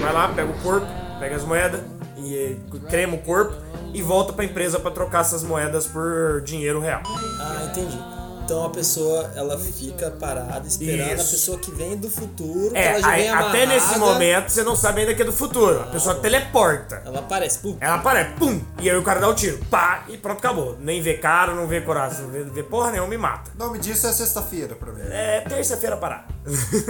Vai lá, pega o corpo, pega as moedas, e crema o corpo e volta pra empresa pra trocar essas moedas por dinheiro real.
Ah, entendi. Então a pessoa, ela fica parada esperando
Isso.
a pessoa que vem do futuro, que
É,
ela já
aí,
vem
até
amarrada,
nesse momento você não sabe ainda que é do futuro. A pessoa teleporta.
Ela aparece, pum.
Ela aparece, pum! E aí o cara dá o tiro, pá, e pronto, acabou. Nem vê cara, não vê coração, não vê, vê porra nenhuma e mata.
O nome disso é sexta-feira pra mim.
É terça-feira parar.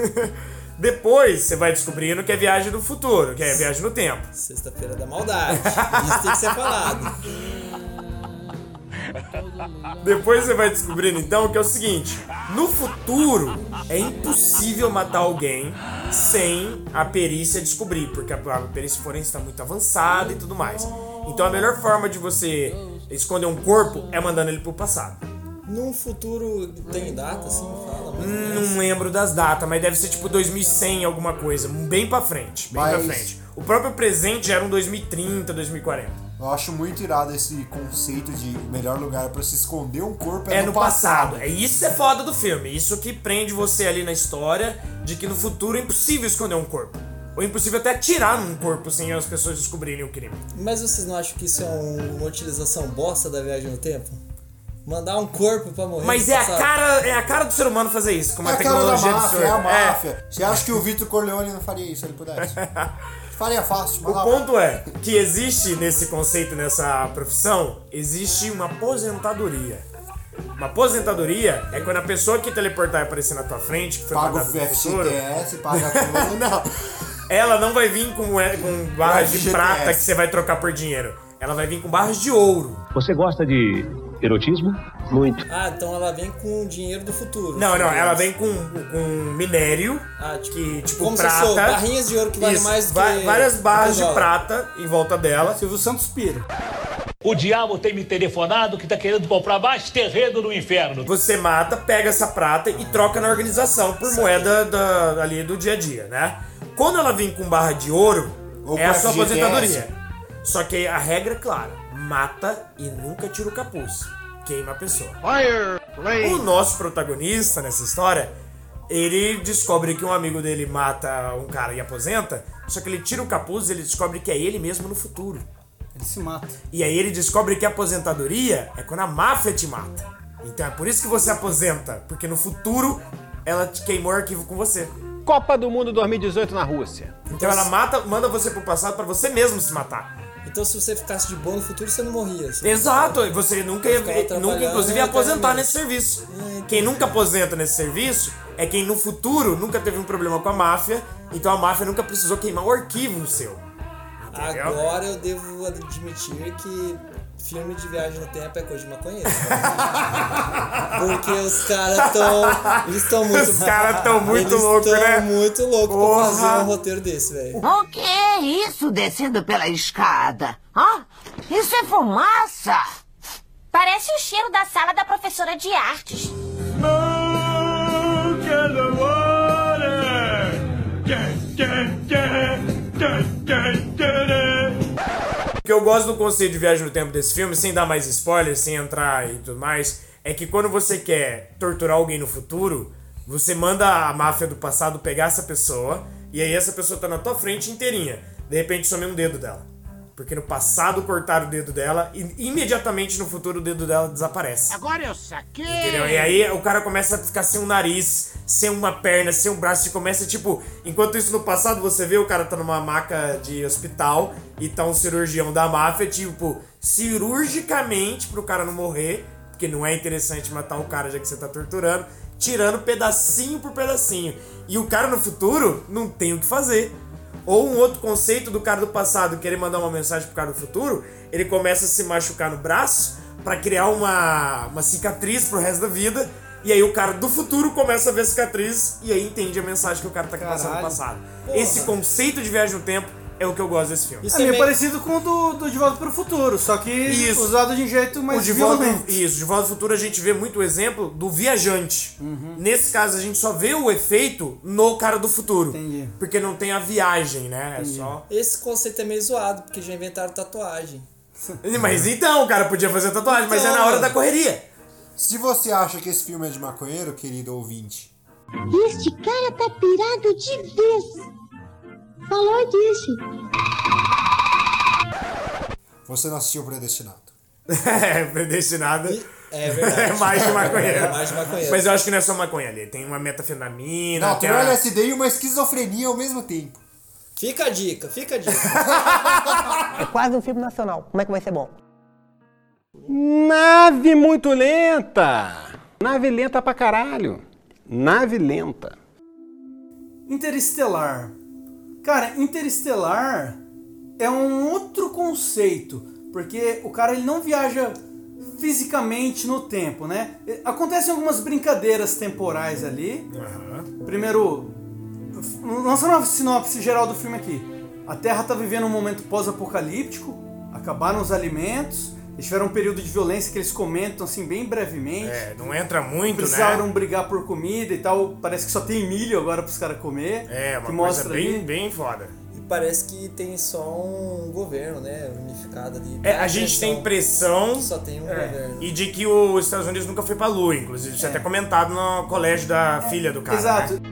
Depois você vai descobrindo que é viagem do futuro, que é viagem no tempo.
Sexta-feira da maldade. Isso tem que ser falado.
Depois você vai descobrindo então que é o seguinte: no futuro é impossível matar alguém sem a perícia descobrir, porque a a perícia forense está muito avançada e tudo mais. Então a melhor forma de você esconder um corpo é mandando ele pro passado.
Num futuro tem data, assim, fala, mas.
Não lembro das datas, mas deve ser tipo 2100 alguma coisa, bem pra frente, bem pra
Mas-
frente. O próprio presente era um 2030, 2040.
Eu acho muito irado esse conceito de o melhor lugar pra se esconder um corpo é,
É no passado. É isso é foda do filme. Isso que prende você ali na história de que no futuro é impossível esconder um corpo. Ou é impossível até atirar num corpo sem as pessoas descobrirem o crime.
Mas vocês não acham que isso é um- uma utilização bosta da viagem no tempo? Mandar um corpo pra morrer.
Mas é a
sabe?
cara, é a cara do ser humano fazer isso, com uma
É a cara da
tecnologia
máfia, é a
absurda. É.
máfia. Você acha que o Vitor Corleone não faria isso se ele pudesse? faria fácil,
O
mas lá vai.
ponto é que existe nesse conceito, nessa profissão, existe uma aposentadoria. Uma aposentadoria é quando a pessoa que teleportar e aparecer na tua frente, que foi
Paga o
mandada pro futuro,
FGTS, paga tudo.
não. Ela não vai vir com, é, com barras de
FGTS.
prata que você vai trocar por dinheiro. Ela vai vir com barras de ouro.
Você gosta de erotismo? Muito.
Ah, então ela vem com o dinheiro do futuro.
Não, não,
Assim,
ela vem com, com minério, que tipo
Ah, como se
prata.
fosse barrinhas de ouro que vale mais do
va-
que-
Várias barras
do que
de
dólar.
prata em volta dela.
Silvio Santos pira.
O diabo tem me telefonado que tá querendo comprar mais terreno no inferno.
Você mata, pega essa prata e troca na organização por moeda da- ali do dia a dia, né? Quando ela vem com barra de ouro,
Ou
é
com
a sua
FGTS.
aposentadoria. Só que a regra é clara: mata e nunca tira o capuz. Queima a pessoa. O nosso protagonista nessa história, ele descobre que um amigo dele mata um cara e aposenta, só que ele tira o capuz e ele descobre que é ele mesmo no futuro.
Ele se mata.
E aí ele descobre que a aposentadoria é quando a máfia te mata. Então é por isso que você aposenta, porque no futuro ela te queimou o arquivo com você.
Copa do Mundo 2018 na Rússia.
Então ela mata, manda você pro passado pra você mesmo se matar.
Então se você ficasse de boa no futuro, você não morria. assim.
Exato, e você nunca,
Vai ficar
nunca
atrapalhando
inclusive, ia aposentar nesse serviço.
É,
Quem nunca aposenta nesse serviço é quem no futuro nunca teve um problema com a máfia, então a máfia nunca precisou queimar o arquivo seu.
Agora eu devo admitir que filme de viagem no tempo é coisa de maconheiro. cara. Porque os caras tão. Eles estão muito.
Os caras tão muito
eles
louco,
tão
né?
muito louco pra
Porra.
fazer um roteiro desse, velho.
O que é isso descendo pela escada? Hã? Isso é fumaça!
Parece o cheiro da sala da professora de artes.
O que eu gosto do conceito de viagem no tempo desse filme, sem dar mais spoilers, sem entrar e tudo mais, é que quando você quer torturar alguém no futuro, você manda a máfia do passado pegar essa pessoa, e aí essa pessoa tá na tua frente inteirinha. De repente some um dedo dela. Porque no passado cortaram o dedo dela e imediatamente no futuro o dedo dela desaparece.
Agora eu saquei.
Entendeu? E aí o cara começa a ficar sem um nariz, sem uma perna, sem um braço, e começa, tipo, enquanto isso no passado você vê o cara tá numa maca de hospital e tá um cirurgião da máfia, tipo, cirurgicamente pro cara não morrer, porque não é interessante matar o cara já que você tá torturando, tirando pedacinho por pedacinho. E o cara no futuro não tem o que fazer. Ou um outro conceito do cara do passado querer mandar uma mensagem pro cara do futuro, ele começa a se machucar no braço pra criar uma, uma cicatriz pro resto da vida. E aí o cara do futuro começa a ver a cicatriz e aí entende a mensagem que o cara tá passando no
Caralho.
passado.
Porra.
Isso Esse conceito de viagem no tempo é o que eu gosto desse filme.
é meio parecido com o do, do De Volta para o Futuro, só que
Isso.
usado de um jeito mais
o de volta,
violento.
isso, de volta ao futuro a gente vê muito o exemplo do viajante.
Uhum.
Nesse caso a gente só vê o efeito no cara do futuro. Porque não tem a viagem, né? É só.
Esse conceito é meio zoado, porque já inventaram tatuagem.
Mas então, o cara podia fazer tatuagem, mas é na hora da correria.
Se você acha que esse filme é de maconheiro, querido ouvinte,
Este cara tá pirado de vez. Falou disso.
você não assistiu Predestinado.
é, predestinado.
É
verdade.
é mais de maconheiro.
É mais de maconheiro.
Mas eu acho que não é só maconha ali. Tem uma metafenamina.
Não,
tem
tem
a-
um
assim,
LSD e uma esquizofrenia ao mesmo tempo.
Fica a dica, fica a dica.
É quase um filme nacional. Como é que vai ser bom?
Nave muito lenta! Nave lenta pra caralho! Nave lenta.
Interestelar. Cara, Interestelar é um outro conceito, porque o cara ele não viaja fisicamente no tempo, né? Acontecem algumas brincadeiras temporais ali. Primeiro, lançando uma sinopse geral do filme aqui. A Terra está vivendo um momento pós-apocalíptico, acabaram os alimentos, eles tiveram um período de violência que eles comentam assim bem brevemente.
É, não entra muito, né?
Precisaram brigar por comida e tal, parece que só tem milho agora para os caras comer.
É, uma
que
coisa
mostra
bem,
ali.
bem foda.
E parece que tem só um governo, né? Unificado ali.
É,
Dá
a gente tem
impressão
impressão
que Só tem um
é,
governo.
e de que os Estados Unidos nunca foi pra Lua, inclusive. Isso é até comentado no colégio da filha do cara.
Exato.
né?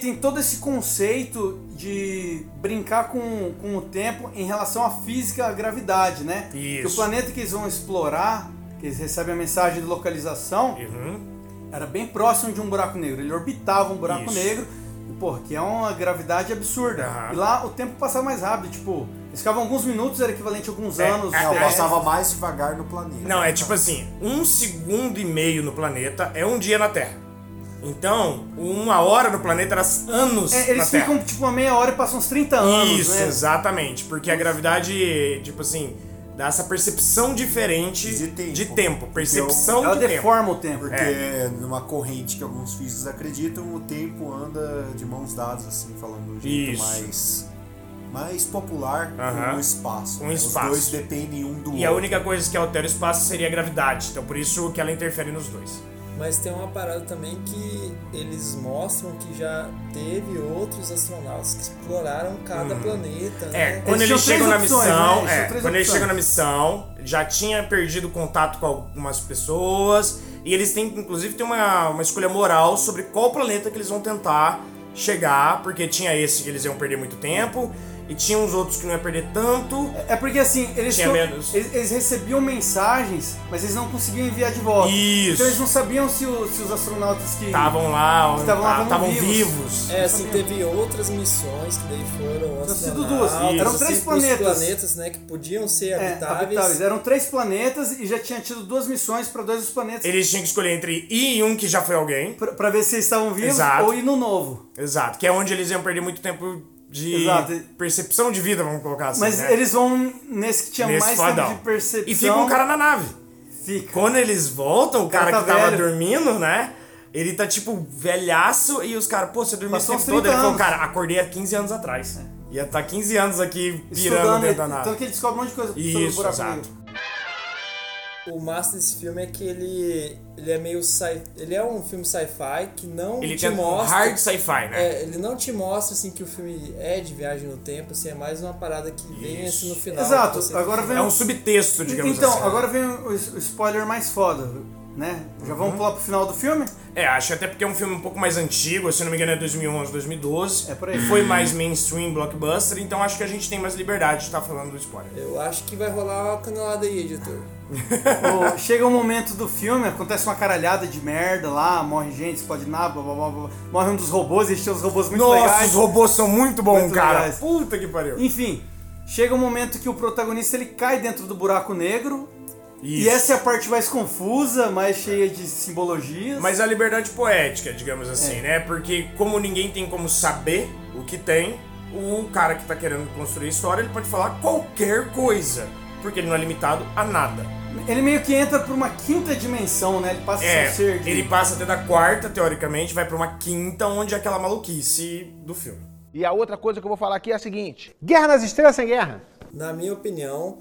Tem todo esse conceito de brincar com, com o tempo em relação à física, à gravidade, né?
Isso.
Que o planeta que eles vão explorar, que eles recebem a mensagem de localização,
né? Uhum.
era bem próximo de um buraco negro. Ele orbitava um buraco
Isso.
negro, e, porra, que é uma gravidade absurda. E lá o tempo passava mais rápido, tipo, eles ficavam alguns minutos, era equivalente a alguns
É,
anos. né?
é,
Não,
é.
Passava mais devagar no planeta.
Não, é tipo assim, um segundo e meio no planeta é um dia na Terra. Então, uma hora no planeta era anos
É, eles
na Terra.
ficam tipo uma meia hora e passam uns 30 anos,
Isso,
né?
exatamente. Porque a gravidade, tipo assim, dá essa percepção diferente de tempo. Então, percepção de tempo.
Porque
É.
numa corrente que alguns físicos acreditam, o tempo anda de mãos dadas, assim, falando de um jeito
Isso.
mais, mais popular
Aham.
com o espaço.
Com
né?
espaço.
Os dois dependem um do outro.
E a única coisa que altera o espaço seria a gravidade. Então, por isso que ela interfere nos dois.
Mas tem uma parada também que eles mostram que já teve outros astronautas que exploraram cada planeta.
É,
né?
quando eles chegam na
né?
missão, é,
Tinha três
quando eles
opções.
chegam na missão, já tinha perdido contato com algumas pessoas e eles têm, inclusive, tem uma, uma escolha moral sobre qual planeta que eles vão tentar chegar, porque tinha esse que eles iam perder muito tempo e tinha uns outros que não ia perder tanto.
É porque assim, eles,
tinha
só-
menos.
eles- eles recebiam mensagens, mas eles não conseguiam enviar de volta.
Isso.
Então eles não sabiam se, o- se os astronautas que
Estavam lá,
que estavam lá
tá-
estavam
estavam
vivos.
vivos.
É, assim, teve outras missões que daí foram
Tinham sido
astronautas,
duas. Isso. Eram
assim,
três
os
planetas.
planetas, né, que podiam ser
É,
habitáveis.
habitáveis. Eram três planetas e já tinha tido duas missões para dois dos planetas.
Eles tinham que escolher entre ir em um que já foi alguém.
Pra, ver se eles estavam vivos
Exato.
ou ir no novo.
Exato, que é onde eles iam perder muito tempo de
Exato.
percepção de vida, vamos colocar assim.
Mas
né?
eles vão nesse que tinha
Nesse
mais
fodão.
tempo de percepção.
E fica um cara na nave.
Fica.
Quando eles voltam, o
cara
cara, que
tá
tava
velho.
dormindo, né? Ele tá tipo velhaço e os caras, pô, você dormiu esse
Passou
tempo
uns
todo?
30
Ele falou,
anos. É.
cara, acordei há 15 anos atrás. Ia tá 15 anos aqui pirando
Estudando,
dentro da
tanto
nave.
que ele descobre um monte de coisa sobre o
Isso,
buraco
exato.
O massa desse filme é que ele, ele é meio sci ele é um filme sci-fi que não
Ele
te
tem um
mostra
hard sci-fi, né?
É, ele não te mostra assim que o filme é de viagem no tempo, assim é mais uma parada que vem assim no final.
Exato,
que você- É um
agora
É
vem um
um
então,
assim.
agora vem o, s- o spoiler mais foda, né? Já
Uhum.
vamos pular pro final do filme?
É, acho até porque é um filme um pouco mais antigo, se não me engano é 2011, 2012. É por
aí.
Foi mais mainstream, blockbuster, então acho que a gente tem mais liberdade de estar falando do spoiler.
Eu acho que vai rolar uma canelada aí, editor.
Ô, chega um momento do filme, acontece uma caralhada de merda lá, morre gente, explode nada, blá, blá, blá, blá. morre um dos robôs, eles tinham os robôs muito
Nossa,
legais.
os robôs são muito bons,
Muito
cara.
legais.
Puta que pariu.
Enfim, chega um momento que o protagonista ele cai dentro do buraco negro.
Isso.
E essa é a parte mais confusa, mais cheia de simbologias.
Mas a liberdade poética, digamos assim,
É.
né? Porque como ninguém tem como saber o que tem, o cara que tá querendo construir a história, ele pode falar qualquer coisa, porque ele não é limitado a nada.
Ele meio que entra pra uma quinta dimensão, né? Ele passa a ser
É,
um ser de...
ele passa até da quarta, teoricamente, vai pra uma quinta, onde é aquela maluquice do filme.
E a outra coisa que eu vou falar aqui é a seguinte:
Guerra nas Estrelas sem guerra.
Na minha opinião,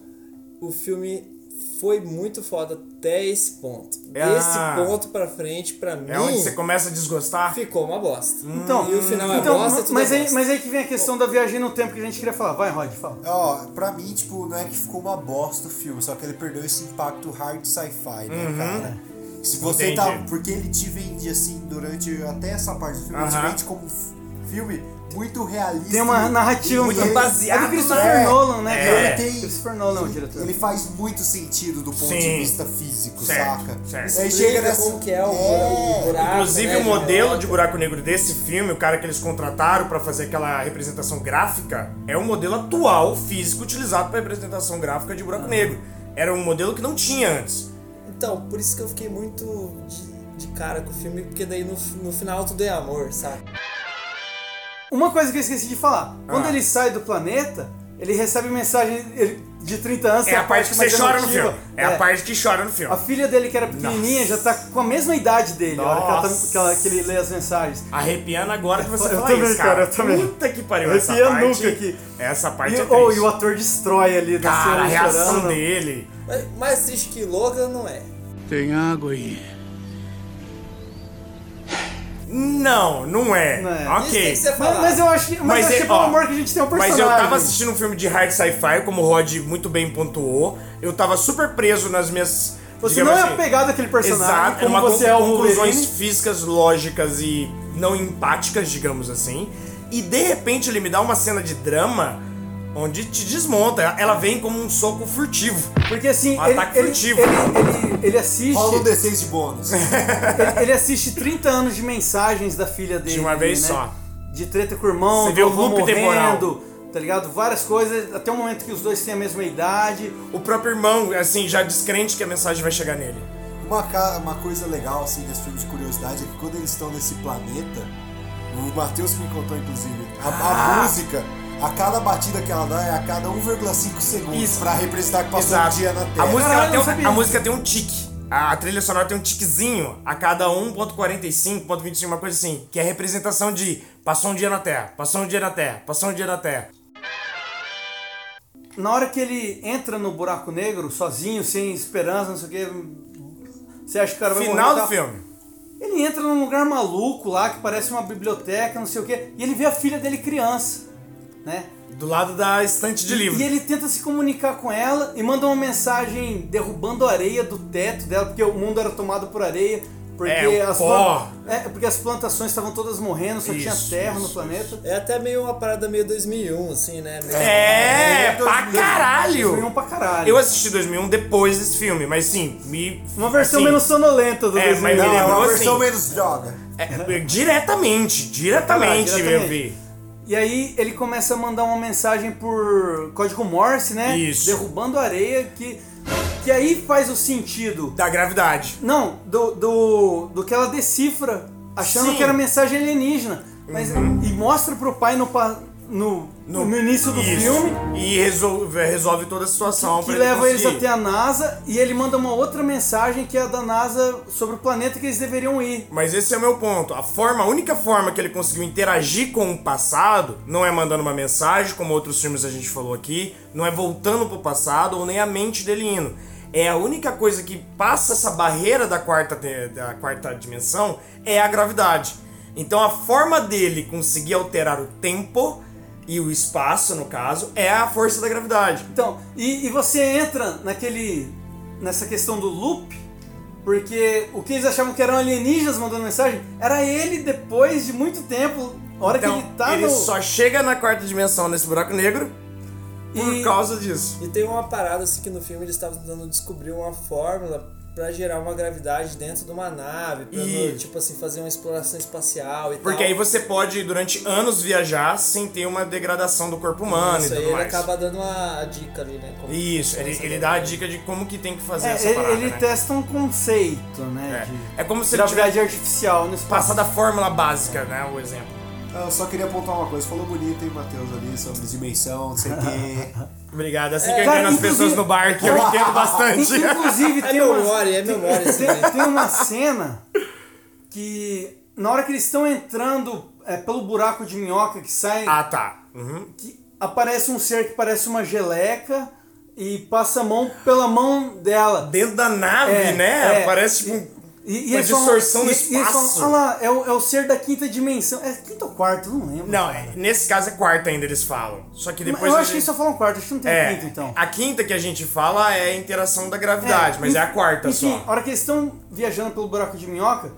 o filme foi muito foda até esse ponto.
É
Ah.
Esse ponto pra frente, pra mim,
É onde você começa a desgostar.
ficou uma bosta.
Então,
e o final é
então,
bosta, tudo
mas,
é
aí,
bosta.
mas aí que vem a questão da viagem no tempo que a gente queria falar. Vai, Rod, fala.
Ó, pra mim, tipo, não é que ficou uma bosta o filme, só que ele perdeu esse impacto hard sci-fi, né,
Uhum.
cara? Se você
Entendi.
tá. Porque ele te vende, assim, durante até essa parte do filme, ele te
Aham.
vende como um f- filme muito realista.
Tem uma
e-
narrativa
e
muito
ele-
baseada
É do
na- Nolan, né,
É.
cara?
Ele tem-
Christopher Nolan é o diretor.
Ele faz muito sentido do ponto de
Sim.
vista físico,
Certo,
saca?
certo.
Aí chega
Explica
nessa.
como que é o- o buraco,
Inclusive,
É,
né,
o modelo
Jonathan?
de buraco negro desse filme, o cara que eles contrataram pra fazer aquela representação gráfica, é o modelo atual físico utilizado pra representação gráfica de
Ah.
buraco negro. Era um modelo que não tinha antes.
Então, por isso que eu fiquei muito de, de cara com o filme, porque daí no, no final tudo é amor, sabe?
Uma coisa que eu esqueci de falar.
Ah.
Quando ele sai do planeta, ele recebe mensagem ele- de 30 anos.
É a parte que você
mais
chora no
emotiva.
filme. É a parte que chora no filme.
A filha dele, que era pequenininha, já tá com a mesma idade dele. A hora que, ela tá-
Nossa.
que ela- que ele lê as mensagens.
Arrepiando agora que você
Eu
fala
também,
isso, cara.
cara, eu também.
Puta que pariu,
Arrepia
essa parte...
a nuca aqui.
Essa parte
E,
é
oh,
triste.
e o ator destrói ali. na
Cara,
cena,
a reação
chorando.
dele...
Mas mais triste que louca não é.
Tem água aí.
Não, não é. Ok.
Isso tem que ser falado. Mas- mas eu acho que- mas eu acho
é-
que pelo
ó,
amor que a gente tem um
Mas eu
personagem.
tava assistindo um filme de hard sci-fi, como o Rod muito bem pontuou. Eu tava super preso nas minhas.
Você
digamos assim,
não é apegado àquele personagem,
Exato,
como
é uma
você
con-
é o
conclusões
Wolverine.
físicas, lógicas e não empáticas, digamos assim. E de repente ele me dá uma cena de drama onde te desmonta. Ela vem como um soco furtivo.
Porque assim,
um
ele-
ataque
ele-
furtivo.
Ele assiste.
Rola um D6 de bônus.
ele, ele assiste 30 anos de mensagens da filha dele.
De uma
ali,
vez
né?
só.
De treta com o irmão,
Você
do
vê o
avô
loop
morrendo,
temporal.
tá ligado? Várias coisas, até o momento que os dois têm a mesma idade.
O próprio irmão, assim, já descrente que a mensagem vai chegar nele.
Uma, ca- uma coisa legal, assim, desse filme de curiosidade é que quando eles estão nesse planeta, o Matheus que me contou, inclusive, a, a
Ah!
música, a cada batida que ela dá é a cada 1,5 segundos pra representar que passou um dia na Terra.
A música, ela
Caralho,
tem
eu não
um,
sabia.
a música tem um tique. A, a trilha sonora tem um tiquezinho a cada 1.45, 1.25, uma coisa assim, que é a representação de passou um dia na Terra, passou um dia na Terra, passou um dia na Terra.
Na hora que ele entra no buraco negro, sozinho, sem esperança, não sei o que. Você acha que o cara vai morrer,
Final do
e tal?
filme.
Ele entra num lugar maluco lá, que parece uma biblioteca, não sei o que, e ele vê a filha dele criança, né?
Do lado da estante de livro.
E ele tenta se comunicar com ela e manda uma mensagem derrubando a areia do teto dela, porque o mundo era tomado por areia, porque,
É, o
as,
pó.
é, porque as plantações estavam todas morrendo, só
Isso,
tinha terra
isso,
no planeta.
É até meio uma parada meio 2001, assim, né? Meio-
É, pra caralho!
2001 Então, pra caralho.
Eu assim, assisti 2001 depois desse filme, mas sim, me.
Uma versão
assim,
menos sonolenta do
É, mas me
desenho.
lembrou
uma
assim.
versão
menos droga.
é, diretamente, diretamente,
Ah,
eu
diretamente.
vi.
E aí ele começa a mandar uma mensagem por código Morse, né?
Isso.
Derrubando areia que que aí faz o sentido
da gravidade.
Não, do do, do que ela decifra achando
Sim. Uhum.
que era mensagem alienígena, mas e mostra pro pai no pa- no, no, início do
Isso.
filme.
E resolve, resolve toda a situação.
Que
pra ele
leva eles
conseguir.
até a NASA e ele manda uma outra mensagem que é a da NASA sobre o planeta que eles deveriam ir.
Mas esse é o meu ponto. A forma, a única forma que ele conseguiu interagir com o passado não é mandando uma mensagem, como outros filmes a gente falou aqui, não é voltando pro passado ou nem a mente dele indo. É a única coisa que passa essa barreira da quarta, te- da quarta dimensão é a gravidade. Então a forma dele conseguir alterar o tempo e o espaço, no caso, é a força da gravidade.
Então, e, e você entra naquele nessa questão do loop, porque o que eles achavam que eram alienígenas mandando mensagem era ele depois de muito tempo, a hora
Então,
que ele tá
ele
no...
só chega na quarta dimensão nesse buraco negro por causa disso.
E tem uma parada assim que no filme eles estavam tentando descobrir uma fórmula pra gerar uma gravidade dentro de uma nave, pra
E-
no- tipo assim, fazer uma exploração espacial e
Porque
tal.
aí você pode, durante anos, viajar sem ter uma degradação do corpo humano
Isso
e tudo
aí ele
tá mais.
acaba dando uma dica ali, né? como-
Isso, ele, ele dá a dica de como que tem que fazer
É,
essa
ele,
parada,
ele
né?
testa um conceito, né?
É como se ele
gravidade
tivesse
artificial no espaço.
passado a fórmula básica, né? O exemplo.
Eu só queria apontar uma coisa. Falou bonito, hein, Matheus, ali, sobre dimensão, não sei o quê.
Obrigado. Assim
É,
que eu
cara,
entendo as pessoas
inclusive-
no bar, que eu entendo bastante.
Inclusive, tem uma- tem- tem uma cena que na hora que eles estão entrando é, pelo buraco de minhoca que sai.
Ah, tá. Uhum.
Aparece um ser que parece uma geleca e passa a mão pela mão dela.
Dentro da nave,
É,
né? Parece tipo um- uma
eles falam-
distorção
e-
do
e eles falam,
espaço.
"Ah lá, é o, é o ser da quinta dimensão. É quinta ou quarta, não lembro.
Não, é, nesse caso é quarta ainda eles falam. Só que depois.
Eu
a
acho que eles
gente-
só falam quarta, acho que não tem
é,
quinta então.
A quinta que a gente fala é a interação da gravidade, mas é a quarta
enfim,
só.
a hora que eles estão viajando pelo buraco de minhoca,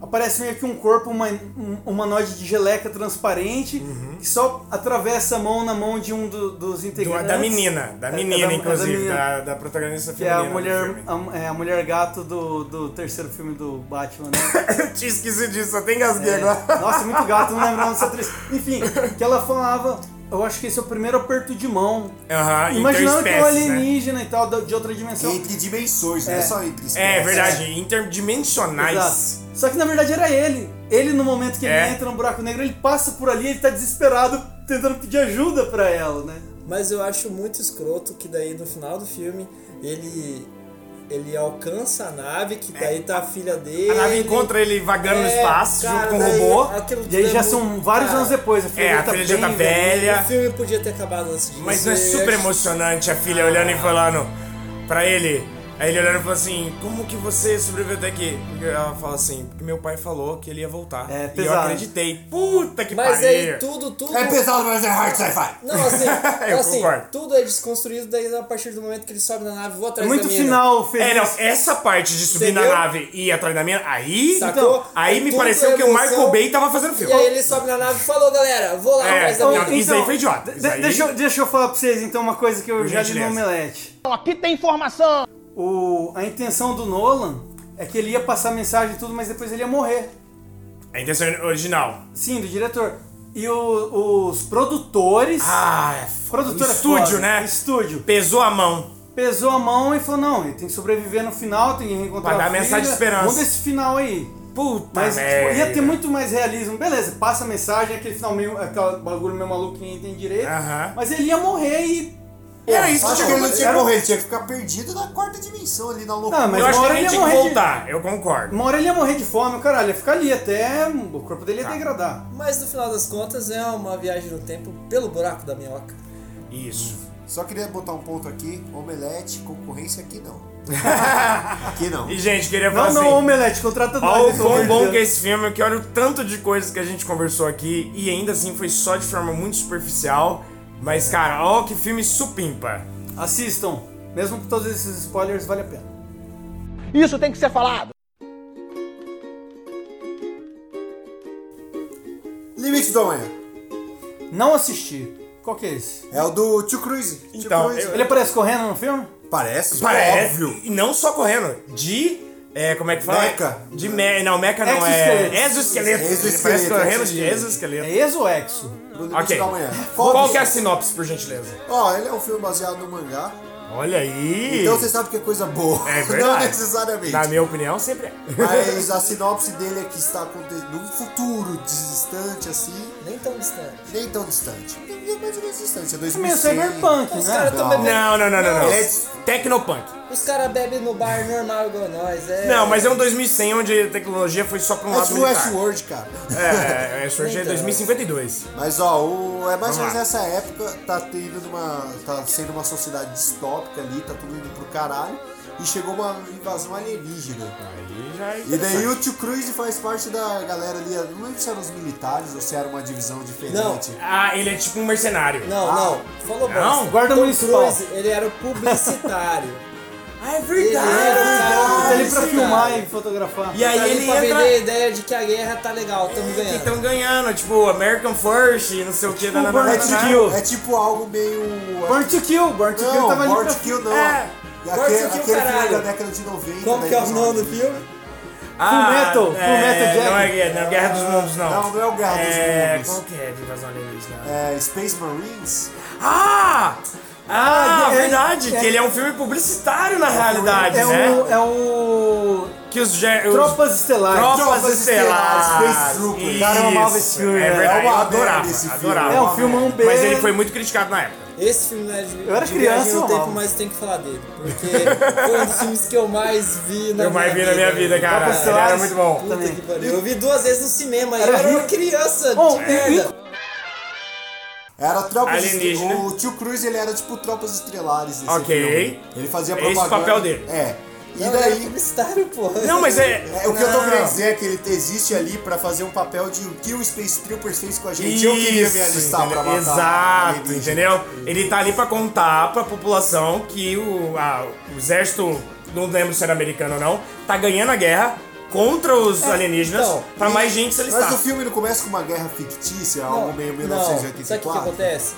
aparece meio que um corpo uma, um, humanoide de geleca transparente que só atravessa a mão na mão de um do- dos
Uhum. Do-
integrantes.
da menina, da
É,
menina,
é da- é da
inclusive,
menina,
da, da protagonista
Que é
feminina.
a
do
mulher,
filme.
a, é a mulher gato do, do terceiro filme do Batman, né?
Eu tinha esquecido disso, só tem gasguei
É.
agora.
Nossa, muito gato, não lembrava dessa atriz. Enfim, que ela falava, eu acho que esse é o primeiro aperto de mão.
Aham,
Imaginando que é um
interespécies, Ah, né?
alienígena e tal, da- de outra dimensão.
Entre dimensões,
É.
né? Só entre
É
espécies.
verdade, interdimensionais.
Exato. Só que na verdade era ele. Ele, no momento que
É.
ele entra no buraco negro, ele passa por ali, ele tá desesperado, tentando pedir ajuda pra ela, né?
Mas eu acho muito escroto que daí no final do filme ele ele alcança a nave, que daí tá a filha dele.
É. A nave encontra ele vagando no
É,
espaço
cara,
junto com o
daí
robô.
aquilo
E aí
tudo
já
é
são
muito-
vários
cara,
anos depois. A filha
É,
dele
a
tá
filha já
bem
tá velha.
O filme podia ter acabado antes disso.
Mas não é
Eu
super
acho-
emocionante a filha olhando e falando pra ele. Aí ele olhando e falou assim: Como que você sobreviveu até aqui? Porque ela fala assim: Porque meu pai falou que ele ia voltar. É, e eu
pesado.
acreditei. Puta que
Mas
pariu.
aí tudo, tudo.
É pesado, mas é hard sci-fi.
Não, assim,
Eu
assim
concordo.
tudo é desconstruído daí a partir do momento que ele sobe na nave, vou atrás da mina.
É, não, essa parte de subir
Entendeu?
na nave e ir atrás da mina, aí. então,
Sacou?
aí me
Tudo
pareceu
é
que o Michael
emoção.
Bay tava fazendo
E
filme.
aí ele sobe na nave e falou, galera, vou lá
É,
atrás da
não,
mina.
isso aí foi
Então,
idiota.
de-
Isso aí-
deixa, eu- deixa eu falar pra vocês então uma coisa que eu
Por
já li no
gentileza.
Omelete.
Aqui tem informação.
O, a intenção do Nolan é que ele ia passar mensagem e tudo, mas depois ele ia morrer.
A intenção É original.
Sim, do diretor. E o- os produtores.
Ah, é
produtor é
Estúdio,
foda.
né?
Estúdio.
Pesou a mão.
Pesou a mão e falou: não, ele tem que sobreviver no final, tem que reencontrar.
Pra dar
a filha,
mensagem de esperança.
Manda esse final aí.
Puta
Mas tipo,
merda.
ia ter muito mais realismo. Beleza, passa a mensagem, aquele final meio. aquele bagulho meio maluco que ninguém entende direito.
Aham.
Mas ele ia morrer e.
Era isso que
Acho
tinha
que ele não tinha que
Era-
morrer, ele tinha que ficar perdido na quarta dimensão ali na loucura.
Não, mas
eu acho
uma
que
hora
a gente
ele ia
tinha que
morrer de-
voltar, eu concordo.
Uma hora ele ia morrer de fome, o caralho, ia ficar ali até. O corpo dele
Tá.
ia degradar.
Mas no final das contas é uma viagem no tempo pelo buraco da minhoca.
Isso.
Só queria botar um ponto aqui, omelete, concorrência aqui não. aqui não.
E, gente, queria
Não,
falar
não,
assim.
omelete, contrata então,
Olha o
pelo amor
quão
de
bom
Deus.
que é esse filme, que olha o tanto de coisas que a gente conversou aqui e ainda assim foi só de forma muito superficial. Mas, cara, ó que filme supimpa.
Assistam, mesmo com todos esses spoilers, vale a pena.
Isso tem que ser falado.
Limite do Amanhã.
Não assisti. Qual que é esse?
É o do Tio Cruise. Tio
Então,
Cruise.
eu-
Ele aparece correndo no filme?
Parece,
Parece.
é óbvio.
E não só correndo, de. é, como é que fala?
Meca.
De me... Não, meca não, é. Exoesqueleto. Ele Parece correndo de exoesqueleto.
É exo ou exo?
Do Limite
Ok.
do Amanhã.
Qual que é a sinopse, por gentileza?
Ó, ele é um filme baseado no mangá
Olha aí!
Então você sabe que é coisa boa.
É verdade.
Não necessariamente.
Na minha opinião, sempre é.
Mas a sinopse dele é que está acontecendo num futuro distante, assim. Nem tão distante. Nem tão distante. Nem mais ou menos distante. É 2006.
meio cyberpunk,
Os
né?
caras tão bebendo-
Não, é não, não, não. não.
Não.
É Tecnopunk.
Os caras bebem no bar normal igual nós, é.
Não, mas é um 2100 onde a tecnologia foi só pra um lado
É o
militar.
Westworld, cara.
É, é, Westworld é
Então.
2052.
Mas ó, o, é mais
Vamos
ou menos
lá.
nessa época, tá tendo uma. tá sendo uma sociedade distópica ali, tá tudo indo pro caralho, e chegou uma invasão alienígena.
é.
e daí o tio Cruz faz parte da galera ali, eu não lembro se eram os militares ou se era uma divisão diferente.
Ah, ele é tipo um mercenário.
Não, não. Falou
Ah. Não,
bosta.
guarda
Tom
municipal.
Cruise, ele era o
ah, é
publicitário. Ele era o cara
Ele pra
publicitário.
filmar e fotografar.
E aí
Tá ali
ele
pra
entra-
vender a ideia de que a guerra tá legal, tamo ganhando.
Estão ganhando, tipo, American First, não sei o que.
Tipo,
nananana.
Burn to Kill. É tipo algo meio.
Burn to Kill, Burn to Kill
Não,
tava ali
Born
pra
to Kill não.
É,
Aquele,
Born to Kill,
aquele filme
caralho.
da década de 90.
Como
da
que é o
invasão
nome do filme?
Ah,
Full Metal,
é,
Full Metal Jacket.
Não é, guerra- não é Guerra dos Mundos, não.
Não, não é o Guerra dos
É,
Mundos.
Qual que é de invasão alienígena?
É, Space Marines?
Ah! Ah,
Ah, é-
verdade,
é-
que ele é um filme publicitário na realidade,
é
né?
o, é o.
Que os, ge- os-
Tropas Estelares.
Tropas,
Tropas
Estelares.
Estelares, Space Troopers. Cara, eu amava esse
Isso,
filme,
É
velho.
verdade,
É
eu
uma merda
adorava,
esse filme,
adorava.
é um filme, é um
Mas
bem-
ele foi muito criticado na época.
Esse filme né, de,
Eu era
de
criança,
viagem no
eu
tempo,
amava.
mas tem que falar dele. Porque foi um dos filmes que eu mais vi na
Eu
minha
mais vi
vida.
na minha vida, cara.
Nossa,
Ele era muito bom.
puta que pariu. Eu vi duas vezes no cinema,
Era
eu era uma
rico.
criança.
Bom,
de
e-
merda.
Era tropas
Alienígena.
estelares. O tio Cruz ele era tipo tropas estrelares nesse
Ok.
filme. Ele fazia
Esse
propaganda.
o papel dele.
É. E
Não, ele era
daí.
publicitário, porra.
Não, mas é.
É, o que eu tô
não.
querendo dizer é que ele existe ali pra fazer um papel de o que o Space Troopers fez com a gente. eu queria me alistar pra
entendeu?
matar.
Exato,
alienígena.
entendeu? Ele tá ali pra contar pra população que o, a- o exército, não lembro se era americano ou não, tá ganhando a guerra contra os alienígenas
então,
pra
É, E-
mais gente se alistar.
Mas o filme não começa com uma guerra fictícia,
Não,
algo meio
não. Sabe o
1984.
que, que acontece?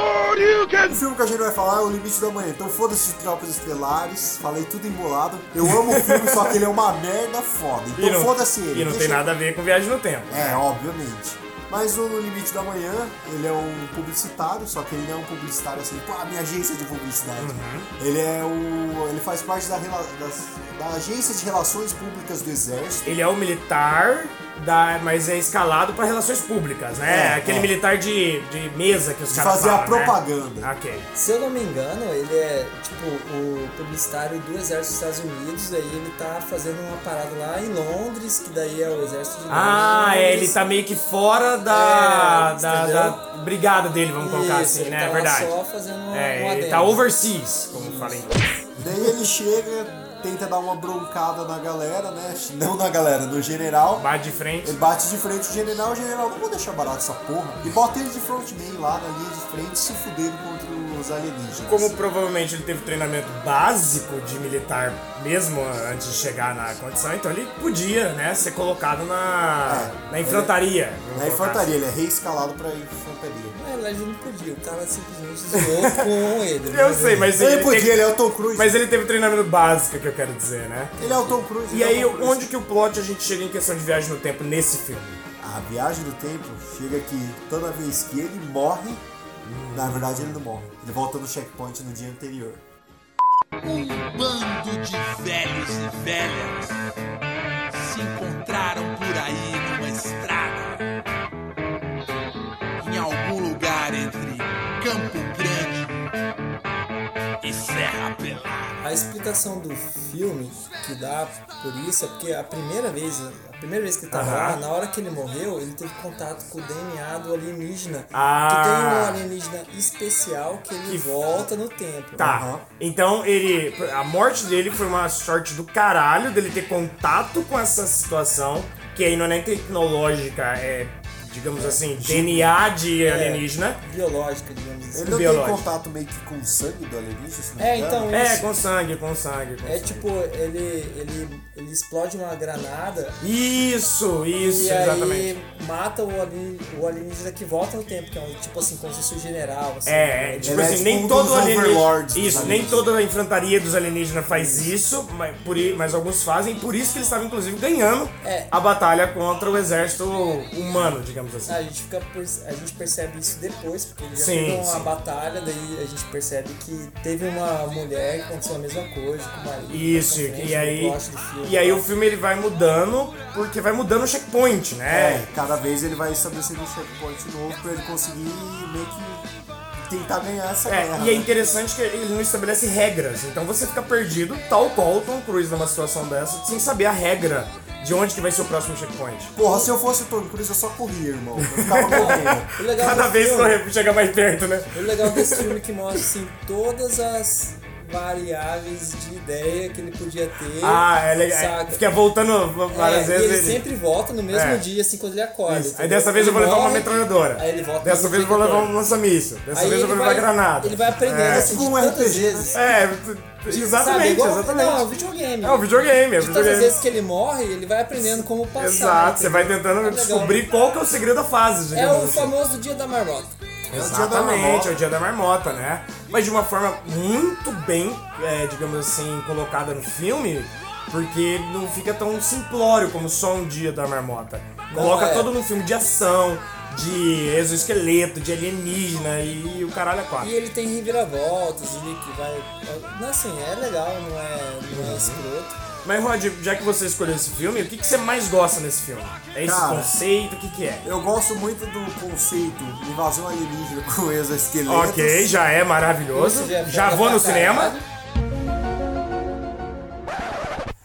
O filme que a gente vai falar é O Limite da Manhã. Então foda-se Tropas Estelares. Falei tudo embolado. Eu amo o filme, só que ele é uma merda foda.
E
Então
não,
foda-se ele.
e não tem
deixa-
nada a ver com viagem no tempo.
É, obviamente. Mas o No Limite da Manhã, ele é um publicitário, só que ele não é um publicitário assim, pô, a minha agência de publicidade.
Uhum.
Ele é o. Ele faz parte da, rela- das- da agência de relações públicas do Exército.
Ele é o militar, da, mas é escalado pra relações públicas, né?
É,
Aquele
é.
militar de, de mesa que os
De
caras
fazer a
falam, né?
propaganda.
Ok.
Se eu não me engano, ele é tipo o publicitário do exército dos Estados Unidos, aí ele tá fazendo uma parada lá em Londres, que daí é o exército de
Ah,
Londres.
é, ele tá meio que fora da,
É,
da, da brigada dele, vamos colocar
Isso,
assim,
ele
né?
tá
é
lá
verdade.
só fazendo uma-
é,
um
ele
adendo.
tá overseas, como fala em inglês.
Daí ele chega, tenta dar uma broncada na galera, né? Não na galera, no general.
Bate de frente.
Ele bate de frente o general, o general não vou deixar barato essa porra. E bota ele de frontman lá na linha de frente, se fudendo contra os alienígenas.
Como provavelmente ele teve treinamento básico de militar mesmo antes de chegar na condição, então ele podia, né, ser colocado na,
É,
na infantaria. vamos
Na
colocar
infantaria,
assim.
ele é reescalado pra infantaria.
Na verdade, ele não podia, o cara simplesmente zoou com ele. né?
assim. Eu sei, mas
Ele
ele
podia,
teve-
ele é o Tom Cruise.
Mas ele teve treinamento básico, que eu quero dizer, né?
Ele é o Tom Cruise.
E
ele é
aí,
o Tom Cruise.
onde que o plot a gente chega em questão de viagem no tempo nesse filme?
A viagem do tempo chega que toda vez que ele morre, na verdade ele não morre. Ele volta no checkpoint no dia anterior.
Um bando de velhos e velhas se encontraram por aí numa estrada. Em algum lugar entre Campo Grande e Serra Pelada.
A explicação do filme que dá por isso é porque a primeira vez, a primeira vez que ele tava
Aham.
lá, na hora que ele morreu, ele teve contato com o DNA do alienígena.
Ah.
Que tem um alienígena especial que ele volta no tempo.
Tá.
Aham.
Então ele. A morte dele foi uma sorte do caralho dele ter contato com essa situação, que aí não é nem tecnológica, é, digamos assim, DNA de
É.
alienígena.
Biológica, digamos assim.
Ele não
é Biológico.
tem contato meio que com o sangue do alienígena, se não
É,
me engano.
então,
É,
isso.
com sangue, com sangue. Com
É
sangue.
tipo, ele, ele, ele explode uma granada
Isso, isso,
e
exatamente.
aí assim, mata o, alien- o alienígena que volta no tempo, que é um, tipo assim, como se fosse o general. Assim,
É, é,
Ele-
tipo
é
assim,
tipo
nem
um
todo
dos
alienígena.
overlords dos
Isso, nem
alienígenas.
toda a infantaria dos alienígenas faz isso, mas, por, i- mas alguns fazem, por isso que eles estavam inclusive ganhando
É.
a batalha contra o exército humano, digamos digamos assim.
A gente, fica por- a gente percebe isso depois, porque eles já
Sim,
ficam a
sim.
batalha, daí a gente percebe que teve uma mulher que aconteceu a mesma coisa com o marido.
Isso,
na frente,
e
no
aí,
plot do filme, tá? né?
e aí
tal.
o filme ele vai mudando, porque vai mudando o checkpoint, né?
É, cada vez ele vai estabelecendo um checkpoint novo pra ele conseguir meio que tentar ganhar essa
É,
guerra.
e é
né?
interessante que ele não estabelece regras, então você fica perdido, tal qual o Tom Cruise numa situação dessa, sem saber a regra de onde que vai ser o próximo checkpoint.
Porra, se eu fosse o Tom Cruise, eu só corria, irmão. Eu ficava correndo.
O legal
Cada
do
vez
filme-
corre- chega mais perto, né?
O legal desse filme é que mostra assim, todas as variáveis de ideia que ele podia ter.
Ah, é legal.
saca?
Fica voltando várias
É, e
vezes.
ele sempre volta no mesmo
É.
dia, assim, quando ele acorda.
Isso. Aí
entendeu?
dessa vez eu
Ele
vou levar uma
morre,
metralhadora.
Aí ele volta
Dessa
no
vez eu vou levar
metralhadora.
um lança-míssil. Dessa
Aí
vez eu
ele
vou levar
vai-
granada.
Ele vai aprendendo
É.
assim, de tantas vezes.
É,
Sabe,
exatamente,
igual-
exatamente.
Não, é um videogame.
É um videogame, é um
De todas as
videogame.
vezes que ele morre, ele vai aprendendo como passar.
Exato, você vai
entendeu?
tentando
É legal.
descobrir qual que é o segredo da fase,
É
digamos
o
assim.
famoso dia da marmota.
Exatamente, é o dia da marmota, né? Mas de uma forma muito bem, é, digamos assim, colocada no filme, porque não fica tão simplório como só um dia da marmota.
Não,
Coloca
é.
todo num filme de ação, de exoesqueleto, de alienígena e, o caralho é quatro.
E ele tem reviravoltas, ele que vai. Não, assim, é legal, não é,
Uhum.
não é escroto.
Mas, Rod, já que você escolheu esse filme, o que, que você mais gosta nesse filme? É esse
Cara,
conceito? O que, que é?
Eu gosto muito do conceito invasão alienígena com exoesqueletos.
Ok, já é maravilhoso.
Isso já é
Já
foda
vou
pra
no cinema.
caralho.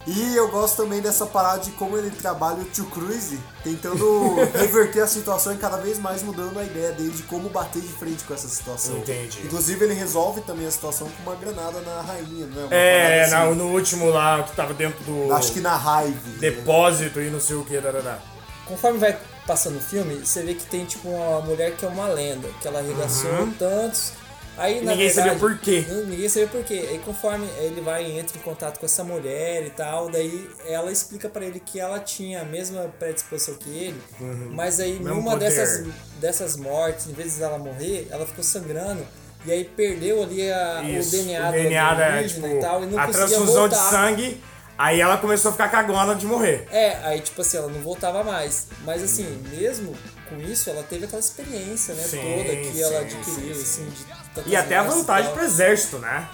E eu gosto também dessa parada de como ele trabalha o Tio Cruise, tentando reverter a situação e cada vez mais mudando a ideia dele de como bater de frente com essa situação.
Entendi.
Inclusive, ele resolve também a situação com uma granada na rainha, né? Uma
É,
parada
na-
assim.
no último lá, que tava dentro do.
Acho que na raiva.
Depósito e não sei o que, darará.
Conforme vai passando o filme, você vê que tem tipo uma mulher que é uma lenda, que ela arregaçou
Uhum.
tantos. Aí, na
Ninguém sabia
verdade,
por quê.
não- Ninguém sabia por quê. Aí conforme ele vai e entra em contato com essa mulher e tal, daí ela explica pra ele que ela tinha a mesma predisposição que ele,
Uhum.
mas aí
Mesmo
numa
poder.
dessas, dessas mortes, em vez de ela morrer, ela ficou sangrando. E aí perdeu ali a, Ah, o
Isso,
DNA,
o
do
DNA da,
alienígena
tipo,
e tal, e não
a
conseguia
transfusão de
voltar.
sangue, aí ela começou a ficar cagona de morrer.
É, aí tipo assim, ela não voltava mais. Mas assim, mesmo com isso, ela teve aquela experiência, né,
Sim,
toda que
sim,
ela
sim,
adquiriu,
sim.
assim, de tantas
E até a
mortes e
vantagem
tal.
pro exército, né?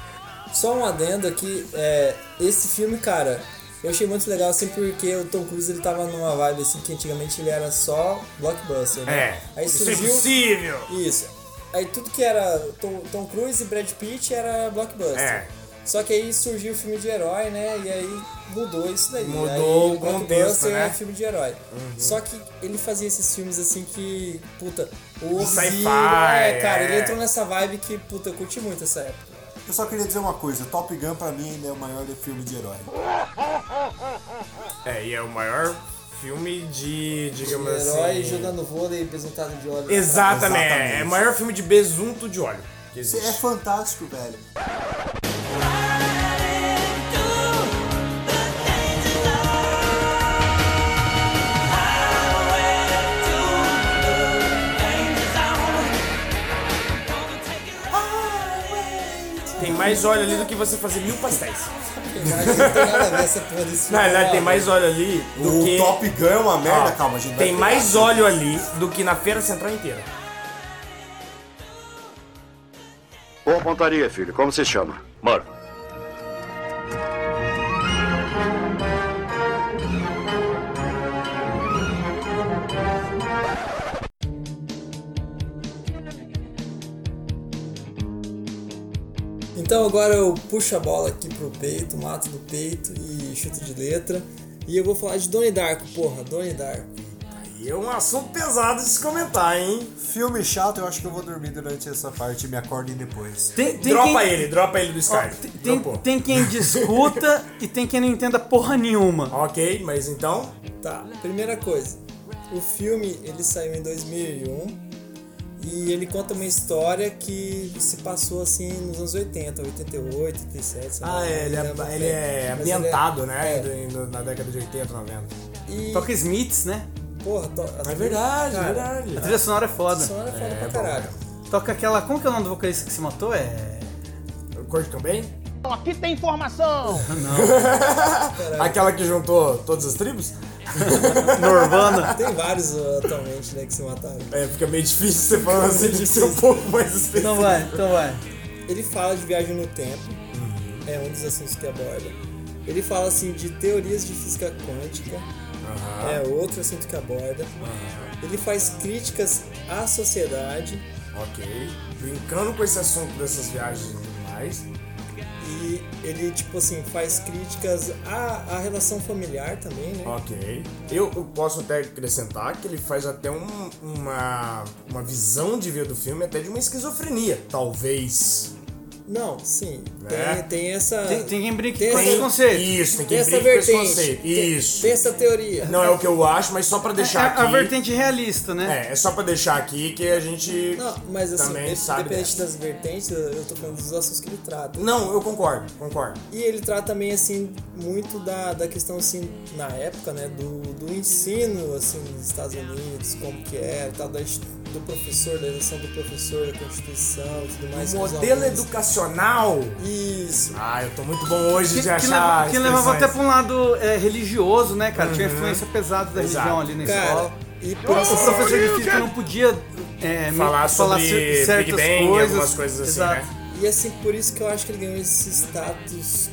Só um adendo aqui, é, esse filme, cara, eu achei muito legal, assim, porque o Tom Cruise, ele tava numa vibe, assim, que antigamente ele era só blockbuster, né?
É. Isso é impossível.
Isso. Aí tudo que era Tom, Tom Cruise e Brad Pitt era blockbuster.
É.
Só que aí surgiu o filme de herói, né? E aí mudou isso daí.
Mudou
Aí
o
blockbuster
contexto, né?
é filme de herói.
Uhum.
Só que ele fazia esses filmes assim que, puta, o
De sci-fi,
É, cara, ele
é.
entrou nessa vibe que, puta, eu curti muito essa época.
Eu só queria dizer uma coisa, Top Gun pra mim ainda é o maior filme de herói.
É, e é o maior filme de, digamos
O herói
assim...
jogando vôlei, besuntado de óleo.
Exatamente. É o maior filme de besunto de óleo que
Isso
existe.
é fantástico, velho.
Tem mais óleo ali do que você fazer mil pastéis.
Não tem nada a ver essa porra desse filme.
Na verdade, tem mais óleo ali do
O
que...
Top Gun é uma merda,
Ó,
calma, a gente vai
Tem
pegar
mais
aqui.
óleo ali do que na feira central inteira.
Boa pontaria, filho. Como se chama? Moro.
Então agora eu puxo a bola aqui pro peito, mato do peito e chuto de letra. E eu vou falar de Donnie Darko, porra, Donnie Darko.
E é um assunto pesado de se comentar, hein?
Filme chato, eu acho que eu vou dormir durante essa parte e me acordem depois.
Tem- tem quem- Ó, tem- tem, tem quem discuta e tem quem não entenda porra nenhuma.
Ok, mas então.
Tá, primeira coisa. O filme ele saiu em 2001 e ele conta uma história que se passou assim nos anos 80, 88, 87. sei lá,
Ah, é,
não
ele é,
lembro
ele
bem.
é
Mas ele é-
ambientado, né?
é.
do- do- Na década de 80, 90.
E-
Toca Smiths, né?
Porra, to... a-
É verdade,
cara,
é verdade.
A trilha sonora é
A
foda.
trilha sonora é foda
É,
pra
bom.
caralho.
Toca aquela. Como que é o nome do vocalista que se matou? É.
Cor de também?
Aqui tem informação.
Não.
Aquela que juntou todas as tribos?
Norvana.
Tem vários uh, atualmente, né, que se mataram.
É, fica meio difícil você falando assim, tem que ser um pouco mais específico.
Então vai, então vai.
Ele fala de viagem no tempo,
Uhum.
é um dos assuntos que aborda. Ele fala, assim, de teorias de física quântica,
Aham.
é outro assunto que aborda. Ele faz críticas à sociedade.
Ok. Brincando com esse assunto dessas viagens e tudo mais.
E ele, tipo assim, faz críticas à, à relação familiar também, né?
Ok. Eu, eu posso até acrescentar que ele faz até um- uma, uma visão de ver do filme, até de uma esquizofrenia, talvez.
Não, sim.
Né?
Tem, tem essa.
Tem, tem quem brinca
tem
com
essa-
esse conceito.
Isso, tem
Tem
que
essa
brincar com esse
vertente.
conceito.
Tem-
Isso.
Tem essa teoria.
Não é o que eu acho, mas só pra deixar
É a- a
aqui.
vertente realista, né?
É, é só pra deixar aqui que a gente
Não, mas assim,
também
de-
sabe.
independente
dessa.
das vertentes, eu eu tô falando dos assuntos que ele trata.
Não, eu concordo, concordo.
E ele trata também, assim, muito da, da questão, assim, na época, né, do, do ensino, assim, nos Estados Unidos, como que é, tal, da, inst- do professor, da eleição do professor, da Constituição e tudo mais. com os
Modelo
alunos.
educacional.
Isso.
Ah, eu tô muito bom hoje
Que,
de
que
achar.
leva- que levava até
expressões.
pra um lado é, religioso, né, cara? Tinha
Uhum.
influência pesada da
Exato.
religião ali na
Cara,
escola.
e
O professor de física não podia é,
Falar sobre
cer-
Big Bang, algumas coisas assim,
Exato.
né?
E assim, por isso que eu acho que ele ganhou esse status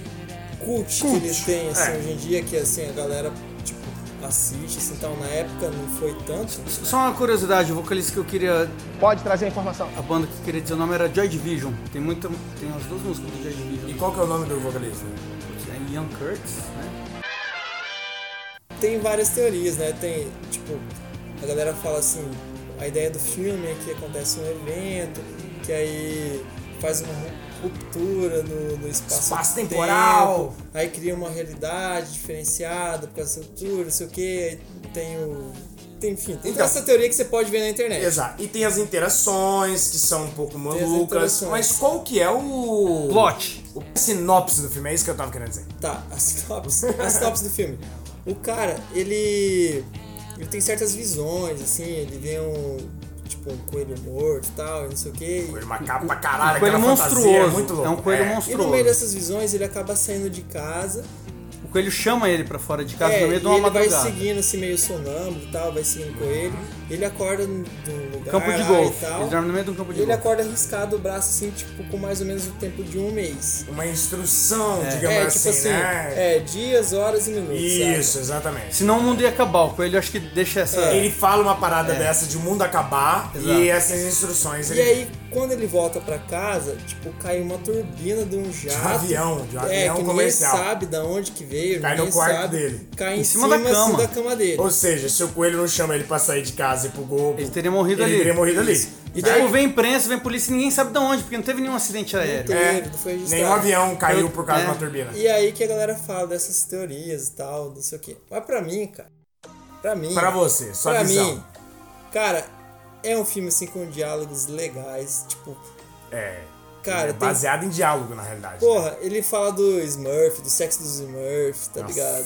cult,
Cult,
que ele tem, assim,
é.
hoje em dia, que assim, a galera, tipo, assiste, assim, tal, na época não foi tanto.
Só uma curiosidade, o vocalista que eu queria.
Pode trazer a informação.
A banda que eu queria dizer o nome era Joy Division. Tem muita. Tem as duas músicas do Joy Division.
E qual que é o nome do vocalista?
É Ian Curtis, né?
Tem várias teorias, né? Tem, tipo, a galera fala assim, a ideia do filme é que acontece um evento, que aí faz uma ruptura no, no espaço,
Espaço temporal.
aí cria uma realidade diferenciada por causa da ruptura, não sei o que, tem o... Tem, enfim, tem
Então.
essa teoria que você pode ver na internet.
Exato. Tá, E tem as interações que são um pouco
as
malucas.
interações.
Mas qual que é o.
Plot.
O sinopse do filme, é isso que eu tava querendo dizer.
Tá, a sinopse, a sinopse do filme. O cara, ele. Ele tem certas visões, assim, ele vê um. Tipo, um coelho morto e tal, e não sei o quê.
Coelho macaco pra é caralho,
Um coelho
aquela Ah, fantasia
monstruoso.
É, muito louco.
É um coelho
E no
monstruoso.
meio dessas visões, ele acaba saindo de casa.
O coelho chama ele pra fora de casa
é,
no meio de
e
uma
ele vai
madrugada.
seguindo, assim, meio sonâmbulo e tal, vai seguindo o coelho. Ele acorda num num lugar
Campo de
lá
golfe.
e tal.
Ele dorme no meio de um campo de
e Ah, então. ele
golfe.
acorda arriscado o braço, assim, tipo, com mais ou menos o tempo de um mês.
Uma instrução, digamos
É,
assim,
tipo assim,
né?
é, dias, horas e minutos. sabe?
Isso, exatamente.
Senão o mundo ia acabar. O coelho acho que deixa essa.
Ele fala uma parada dessa de o mundo acabar
É. Exato.
e essas instruções.
E
ele-
aí, quando ele volta pra casa, tipo, cai uma turbina de um jato.
avião, de um
é,
avião
que
comercial.
Ninguém sabe de onde que veio,
Cai no
ninguém
quarto
sabe.
dele.
Cai em, cima, da, cama. da cama dele.
Ou seja, se o coelho não chama ele pra sair de casa e ir pro gol.
Ele teria morrido
ele
ali.
teria morrido ali.
E
Né?
daí vem imprensa, vem polícia e ninguém sabe de onde, porque não teve nenhum acidente aéreo.
Teve,
É,
não foi registrado.
nenhum avião caiu por causa
É.
de uma turbina.
E aí que a galera fala dessas teorias e tal, não sei o quê. Mas pra mim, cara, pra mim...
Pra você, sua
pra
visão.
mim, cara, é um filme, assim, com diálogos legais, tipo...
É. é
Cara, tem-
baseado em diálogo, na realidade.
Porra, ele fala do Smurf, do sexo dos Smurfs, tá
Nossa.
ligado?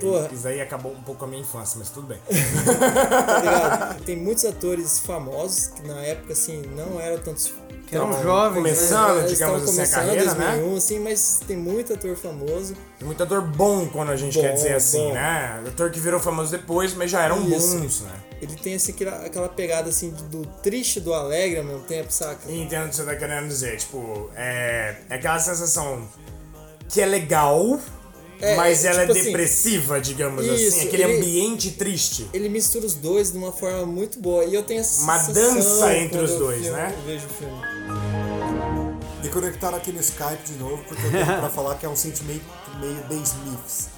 Porra,
Isso aí acabou um pouco a minha infância, mas tudo bem.
tá ligado? Tem muitos atores famosos que na época, assim, não eram tantos.
Que eram
tão-
jovens, né?
Começando,
eles
digamos
estavam
assim, a
começando
carreira,
em
né?
2001, assim, mas tem muito ator famoso.
Tem muito ator bom quando a gente
Bom,
quer dizer assim,
bom.
né? Ator que virou famoso depois, mas já eram
Isso.
bons, né?
Ele tem assim, aquela, aquela pegada assim de- do triste do alegre ao mesmo tempo, saca?
Entendo o que você tá querendo dizer. Tipo, é, é aquela sensação que é legal,
É,
mas
é,
ela
tipo
é
assim,
depressiva, digamos assim.
isso,
Aquele
ele-
ambiente triste.
Ele mistura os dois de uma forma muito boa. E eu tenho essa
Uma
sensação
dança entre
quando
os
eu
dois,
filmo-
né?
Eu vejo o filme.
Me conectaram aqui no Skype de novo, porque eu tenho pra falar que é um sentimento meio The Smiths.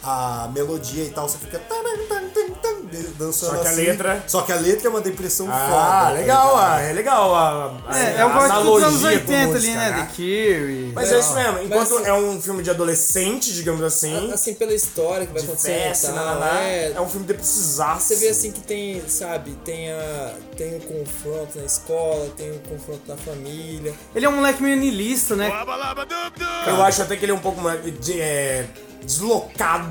A melodia e tal, você fica. tan, tan, tan, tan, de- Dançando
Só que a
assim.
letra-
Só que a letra é uma depressão
Ah,
foda. né,
legal, ah, é legal a, a,
É,
a
é o gosto dos
analogia
anos
com
80 ali,
música,
né? The Cure.
Mas é isso mesmo, enquanto é um filme de adolescente, digamos assim,
A- Assim, pela história que vai
de
acontecer
festa,
e tal,
nananá,
é,
é... um filme de precisar.
Você vê assim que tem, sabe, tem a tem o confronto na escola, tem o confronto na família.
Ele é um moleque meio niilista, né?
Eu acho até que ele é um pouco mais de- é, deslocado,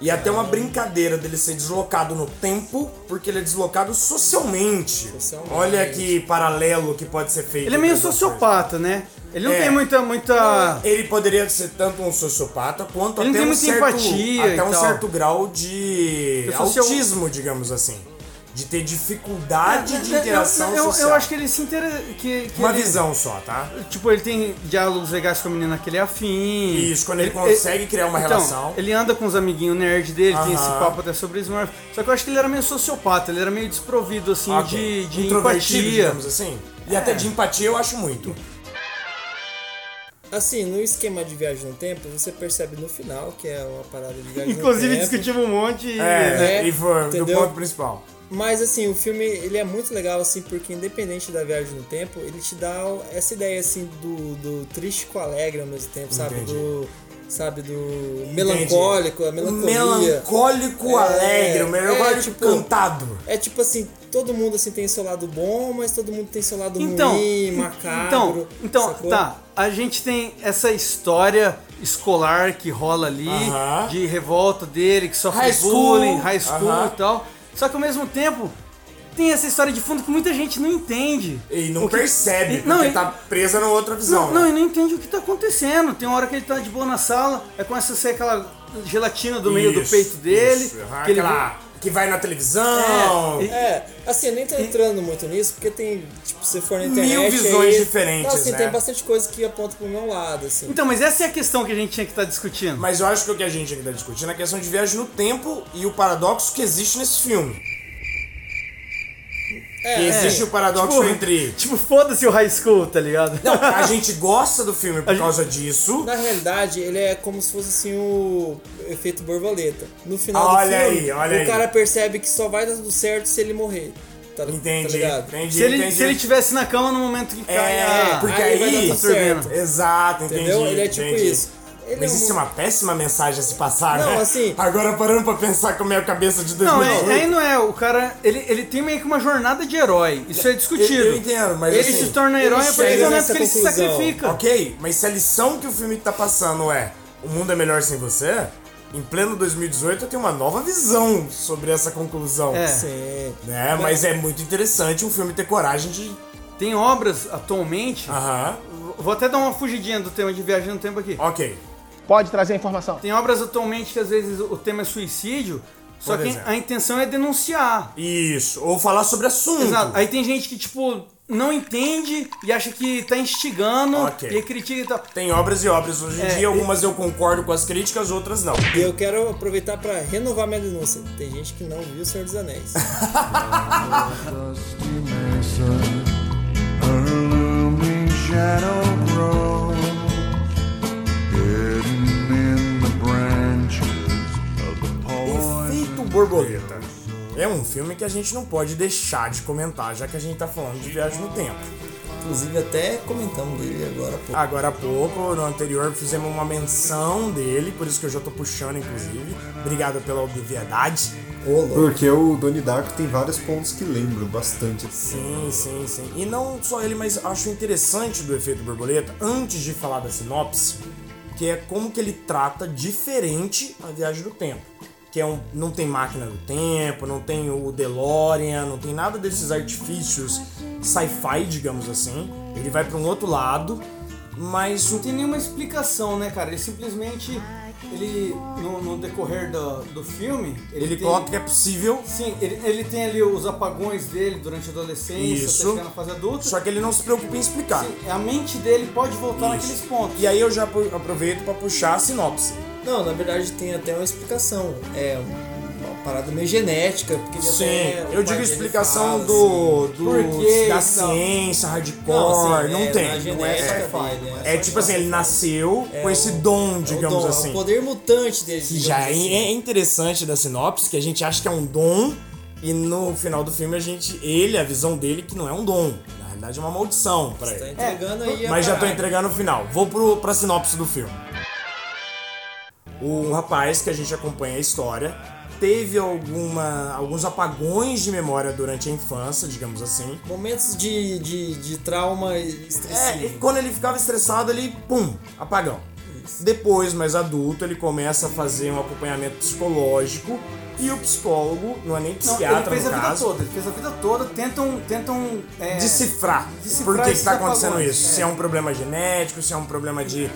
e até uma brincadeira dele ser deslocado no tempo, porque ele é deslocado socialmente.
Socialmente.
Olha que paralelo que pode ser feito.
Ele é meio
entre as duas
sociopata, né? Ele não tem muita, muita.
Ele poderia ser tanto um sociopata quanto
Ele não
até
tem
um
muita
certo,
empatia e
até um
tal.
certo grau de
Eu sou seu-
autismo, digamos assim, de ter dificuldade de
Eu- eu-
interação
é, eu, eu,
social.
acho que ele se inteira. Que, que
Uma
ele-
visão só, tá?
Tipo, ele tem diálogos legais com a menina que ele é afim.
Isso, quando ele consegue criar uma
então,
relação.
Ele anda com os amiguinhos nerd dele, tem esse
Aham.
papo até sobre Smurf. Só que eu acho que ele era meio sociopata, ele era meio desprovido, assim,
Ok.
de, de
Introvertido,
empatia.
digamos assim. E
É.
até de empatia eu acho muito.
Assim, no esquema de viagem no tempo, você percebe no final, que é uma parada de viagem
Inclusive,
no tempo.
discutimos um monte e. né?
É,
É, e foi do
entendeu?
ponto principal.
Mas assim, o filme ele é muito legal assim, porque independente da viagem no tempo, ele te dá essa ideia assim do, do triste com alegre ao mesmo tempo, sabe?
Entendi.
Do sabe do melancólico, a melancolia. tipo,
Melancólico alegre, o melancólico cantado.
É tipo assim, todo mundo assim tem seu lado bom, mas todo mundo tem seu lado
Então,
ruim,
en-
macabro.
então, então
sacou?
tá. A gente tem essa história escolar que rola ali,
Aham.
de revolta dele, que sofre
High school.
bullying, high school
Aham.
e tal. Só que ao mesmo tempo, tem essa história de fundo que muita gente não entende.
E não
O que-
percebe,
e- não,
porque
e-
tá presa numa outra visão.
Não, não, e não entende o que tá acontecendo. Tem uma hora que ele tá de boa na sala, aí começa a ser aquela gelatina do meio do
Isso,
peito dele.
isso, aham,
que ele
aquela- Oh. que vai na televisão.
É, é, assim, eu nem tô entrando muito nisso, porque tem, tipo, se for na
Mil
internet.
visões
aí-
diferentes,
Não, assim,
né?
tem bastante coisa que aponta pro meu lado, assim.
Então, mas essa é a questão que a gente tinha que estar discutindo.
Mas eu acho que o que a gente ainda tá discutindo é a questão de viagem no tempo e o paradoxo que existe nesse filme.
É,
que existe o paradoxo
Tipo,
entre.
Tipo, foda-se o high school, tá ligado?
Não, a gente gosta do filme por
A gente-
causa disso.
Na realidade, ele é como se fosse assim o efeito borboleta. No final
Olha
do filme,
aí, olha
o
aí.
cara percebe que só vai dar tudo certo se ele morrer. Tá,
Entendi,
tá ligado?
entendi,
Se ele,
entendi.
se ele tivesse na cama no momento que cai
É,
a-
porque
aí vai dar
aí.
tudo certo.
Exato, entendi.
Entendeu? Ele é tipo
entendi.
isso. Ele
Mas
é um-
isso é uma péssima mensagem a se passar,
Não,
né?
assim-
Agora parando pra pensar como é a cabeça de
Não, é-
2008.
aí não é. O cara, ele, ele tem meio que uma jornada de herói. Isso é discutido.
Eu, eu entendo, mas
Ele
assim,
se torna herói a partir do
chega
momento
nessa
que ele se
conclusão.
sacrifica.
Ok, mas se a lição que o filme tá passando é o mundo é melhor sem você, em pleno 2018 eu tenho uma nova visão sobre essa conclusão.
É.
Sim.
Né? Mas é muito interessante um filme ter coragem de...
Tem obras atualmente.
Aham.
Vou até dar uma fugidinha do tema de viagem no tempo aqui.
Ok.
Pode trazer a informação. Tem obras atualmente que às vezes o tema é suicídio, só
Por
que
exemplo.
a intenção é denunciar.
Isso, ou falar sobre assunto.
Exato. Aí tem gente que, tipo, não entende e acha que tá instigando
Ok.
e aí critica e tal.
Tem obras e obras hoje em
É,
dia, algumas eu concordo com as críticas, outras não.
E eu quero aproveitar pra renovar minha denúncia. Tem gente que não viu O Senhor dos Anéis.
Efeito Borboleta. É um filme que a gente não pode deixar de comentar, já que a gente tá falando de viagem no tempo.
Inclusive, até comentamos dele agora há pouco.
Agora há pouco, no anterior, fizemos uma menção dele, por isso que eu já tô puxando, inclusive. Obrigado pela obviedade.
Porque o Donnie Darko tem vários pontos que lembram bastante.
Sim, sim, sim. E não só ele, mas acho interessante do efeito borboleta, antes de falar da sinopse, que é como que ele trata diferente a viagem do tempo. Que é um, não tem máquina do tempo, não tem o DeLorean, não tem nada desses artifícios sci-fi, digamos assim. Ele vai para um outro lado, mas o
Não tem nenhuma explicação, né, cara? Ele simplesmente. Ele, no, no decorrer do, do filme.
ele,
tem-
coloca que é possível,
Sim, ele, ele tem ali os apagões dele durante a adolescência,
Isso.
até chegar na fase adulta.
só que ele não se preocupa em explicar.
Sim, a mente dele pode voltar naqueles pontos.
E aí eu já apro- aproveito para puxar a sinopse.
Não, na verdade tem até uma explicação. É uma parada meio genética, porque ele
Sim,
até- é o
eu
pai
digo
dele
explicação
fala,
do,
assim,
do
por quê
da
e tal.
ciência,
Não,
hardcore,
assim,
não,
é,
tem.
na
não
genética
é,
dele,
sci-fi.
né?
é tipo assim, ele nasceu com esse dom,
É o
digamos
dom, é
assim.
O poder mutante dele.
que
digamos
já é,
assim.
é interessante da sinopse, que a gente acha que é um dom e no final do filme a gente ele, a visão dele que não é um dom, na realidade é uma maldição pra
Tá
ele.
entregando aí a
é, Mas já tô
parada.
entregando o final. Vou pro, pra sinopse do filme. O rapaz que a gente acompanha a história teve alguma, alguns apagões de memória durante a infância, digamos assim.
Momentos de, de, de trauma
É, e
estressivo.
quando ele ficava estressado, ele, pum, apagão. Depois, mais adulto, ele começa a fazer um acompanhamento psicológico E o psicólogo, não é nem psiquiatra,
ele fez
no
a vida
caso.
toda, ele fez a vida toda, tentam. tentam é,
decifrar,
decifrar
por que
esses
está acontecendo
apagões,
isso.
é.
Se é um problema genético, se é um problema de,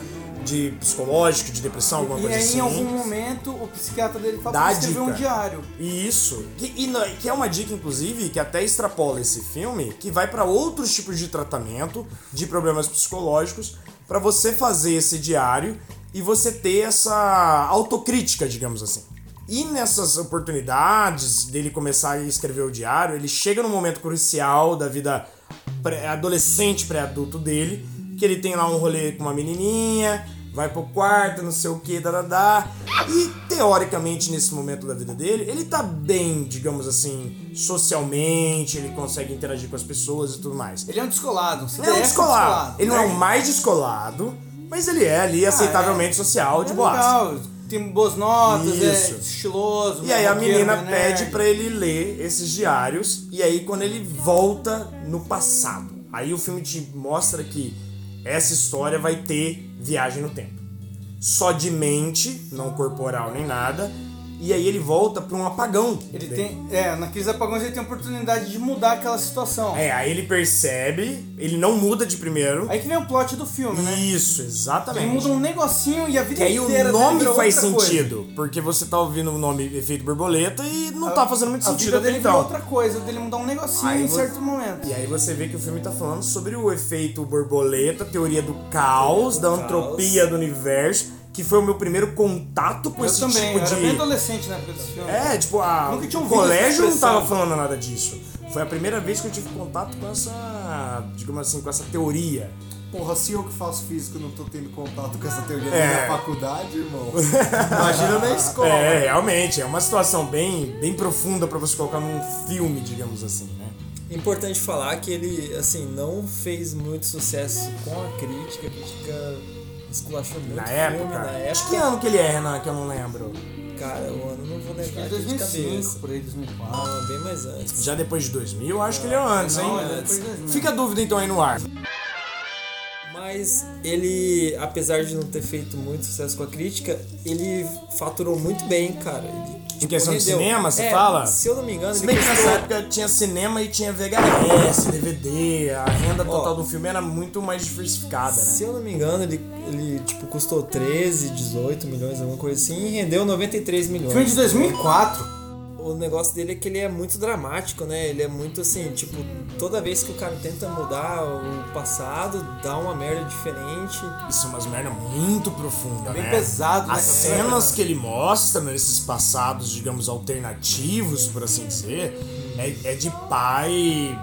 de psicológico, de depressão, alguma
E
coisa
aí,
assim.
em algum momento, o psiquiatra dele fala
Dá
pra
a
ele escrever
dica.
um diário.
E isso, que, e na- que é uma dica, inclusive, que até extrapola esse filme, que vai para outros tipos de tratamento, de problemas psicológicos, para você fazer esse diário e você ter essa autocrítica, digamos assim. E nessas oportunidades dele começar a escrever o diário, ele chega num momento crucial da vida pré- adolescente, pré-adulto dele, que ele tem lá um rolê com uma menininha, vai pro quarto, não sei o que, dadadá. E, teoricamente, nesse momento da vida dele, ele tá bem, digamos assim, socialmente, ele consegue interagir com as pessoas e tudo mais.
Ele é um descolado, um
Ele é um
CDF
descolado. Ele não é o
né?
mais descolado, mas ele é ali aceitavelmente social, de
É
boas.
legal, tem boas notas,
Isso.
é estiloso.
E aí a
maneiro,
menina
né?
pede pra ele ler esses diários e aí quando ele volta no passado, aí o filme te mostra que essa história vai ter viagem no tempo. Só de mente, não corporal nem nada. E aí ele volta pra um apagão.
Ele tem, é, naqueles apagões ele tem a oportunidade de mudar aquela situação.
É, aí ele percebe, ele não muda de primeiro.
Aí que vem o plot do filme, né?
Isso, exatamente.
Ele muda um negocinho e a vida
Que aí o
inteira dele
nome
vira
faz
outra coisa.
sentido, porque você tá ouvindo o nome Efeito Borboleta e não
A-
tá fazendo muito
a
sentido
vida
até
dele
então.
vira outra coisa, dele mudar um negocinho
Aí
em
vo-
certo momento.
E aí você vê que o filme tá falando sobre o efeito borboleta, teoria do caos, da
caos.
antropia do universo, que foi o meu primeiro contato com
eu
esse
também,
tipo
eu
de.
era bem adolescente na época desse filme.
É, tipo, a...
Nunca tinha
o
ouvido essa
colégio não
expressão.
tava falando nada disso. Foi a primeira vez que eu tive contato com essa. digamos assim, com essa teoria.
Porra, se eu que faço físico não tô tendo contato com essa teoria
É.
na faculdade, irmão. Imagina na escola.
É, realmente, é uma situação bem, bem profunda pra você colocar num filme, digamos assim, né?
Importante falar que ele, assim, não fez muito sucesso com a crítica. A crítica esculachou muito
Na
o filme né?
época.
na época.
Acho que ano que ele é, Renan, que eu não lembro.
Cara, o ano não vou
Acho que
lembrar
é
aqui de
2005,
cabeça.
por aí, 2004.
Não, bem mais antes.
Já depois de 2000, eu acho que ele é antes, hein?
Não, é depois de 2000.
Fica a dúvida então aí no ar.
Mas ele, apesar de não ter feito muito sucesso com a crítica, ele faturou muito bem, cara. Ele, tipo,
Em questão de
rendeu.
cinema, você
É,
fala?
Se eu não me engano,
Se
ele
bem que nessa
custou...
época tinha cinema e tinha VHS, DVD, a renda total do filme era muito mais diversificada, né?
Se eu não me engano, ele, ele tipo, custou 13, 18 milhões, alguma coisa assim, e rendeu 93 milhões.
Filme de 2004.
O negócio dele é que ele é muito dramático, né? Ele é muito assim, tipo, toda vez que o cara tenta mudar o passado, dá uma merda diferente.
Isso é umas merda muito profunda,
Bem
né?
pesado, né,
As
cara?
cenas que ele mostra nesses passados, digamos, alternativos, por assim dizer, é, é de pai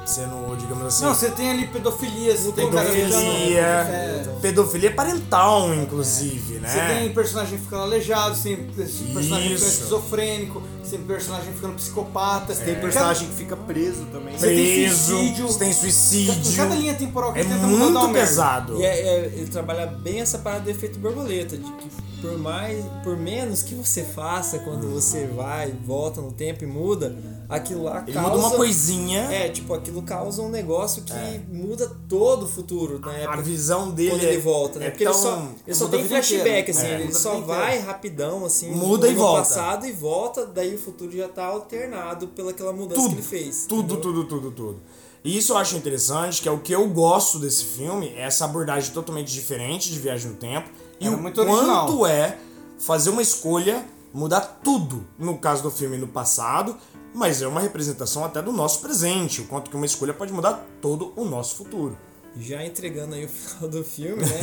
é, sendo, digamos assim...
Não, você tem ali pedofilia, você tem, cara
pedofilia,
ficando- é.
pedofilia parental, inclusive, né?
Você tem personagem ficando aleijado, você tem personagem ficando
Isso.
esquizofrênico, você tem personagem ficando psicopata, você
Tem personagem que fica preso também.
Você tem
preso,
suicídio.
você tem suicídio.
Em cada linha temporal que
É
ele tenta mudar
muito
uma merda.
pesado.
E é- é- ele trabalha bem essa parada do efeito borboleta, de que por mais, por menos que você faça
Uhum.
quando você vai, volta no tempo e muda, aquilo lá
Ele
causa
muda uma coisinha. né? É.
É, tipo, aquilo causa um negócio que muda todo o futuro na
A
época.
visão dele
quando
é-
ele volta, né?
é
Porque ele
tão-
só, ele só
muda a
tem
vida
flashback,
inteira.
assim,
É,
ele
muda a
só
vida
vai
inteira.
rapidão, assim,
Muda e
no
volta.
passado e volta, daí o futuro já tá alternado pelaquela mudança que ele fez.
Tudo, tudo, tudo, tudo. E isso eu acho interessante, que é o que eu gosto desse filme, é essa abordagem totalmente diferente de Viagem no Tempo. E
Era
o
muito original.
quanto é fazer uma escolha, mudar tudo, no caso do filme, no passado, mas é uma representação até do nosso presente, o quanto que uma escolha pode mudar todo o nosso futuro.
Já entregando aí o final do filme, né?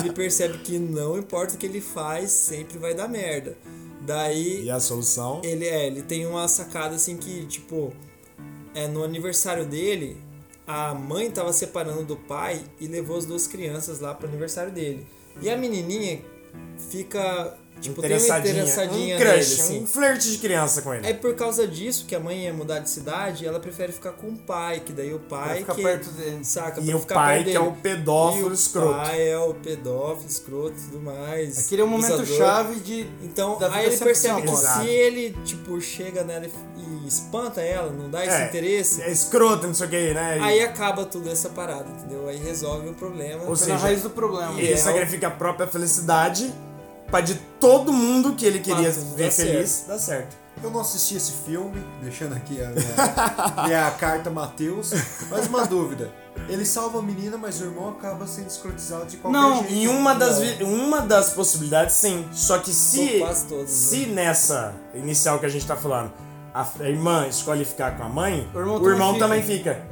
ele percebe que não importa o que ele faz, sempre vai dar merda. Daí
E a solução...
ele é, ele tem uma sacada assim que, tipo, é no aniversário dele, a mãe tava separando do pai e levou as duas crianças lá pro aniversário dele. E a menininha fica tipo tem uma
Interessadinha.
interessadinha
um crush,
nele, assim.
um flerte de criança com ele.
É por causa disso que a mãe ia mudar de cidade e ela prefere ficar com o pai, que daí o
Pra
pai
ficar
que
perto dele.
saca,
E
pra
o
ficar
pai
perto
que é
dele.
o pedófilo
E
escroto.
O pai é o pedófilo escroto e tudo mais.
Aquele é o momento
abusador.
chave de.
Então,
da
aí
vida
ele percebe que
sexual.
se ele, tipo, chega nela e e espanta ela, não dá esse
É,
interesse,
É escroto, não sei o que, né?
aí acaba tudo essa parada, entendeu? Aí resolve o problema.
Ou
Tá
seja,
na raiz do
problema.
Ele
É,
sacrifica a própria felicidade pra de todo mundo que ele queria
Pra tudo
ver
dar
feliz
certo.
dar certo.
Eu não assisti esse filme, deixando aqui a minha, minha carta Matheus, mas uma dúvida. Ele salva a menina, mas o irmão acaba sendo escrotizado de qualquer
Não,
jeito.
em uma das,
Não.
vi- uma das possibilidades, sim. Só que se.
São quase todas,
se
né?
nessa inicial que a gente tá falando, a, f- a irmã escolhe ficar com a mãe, o irmão,
também fica.
também fica.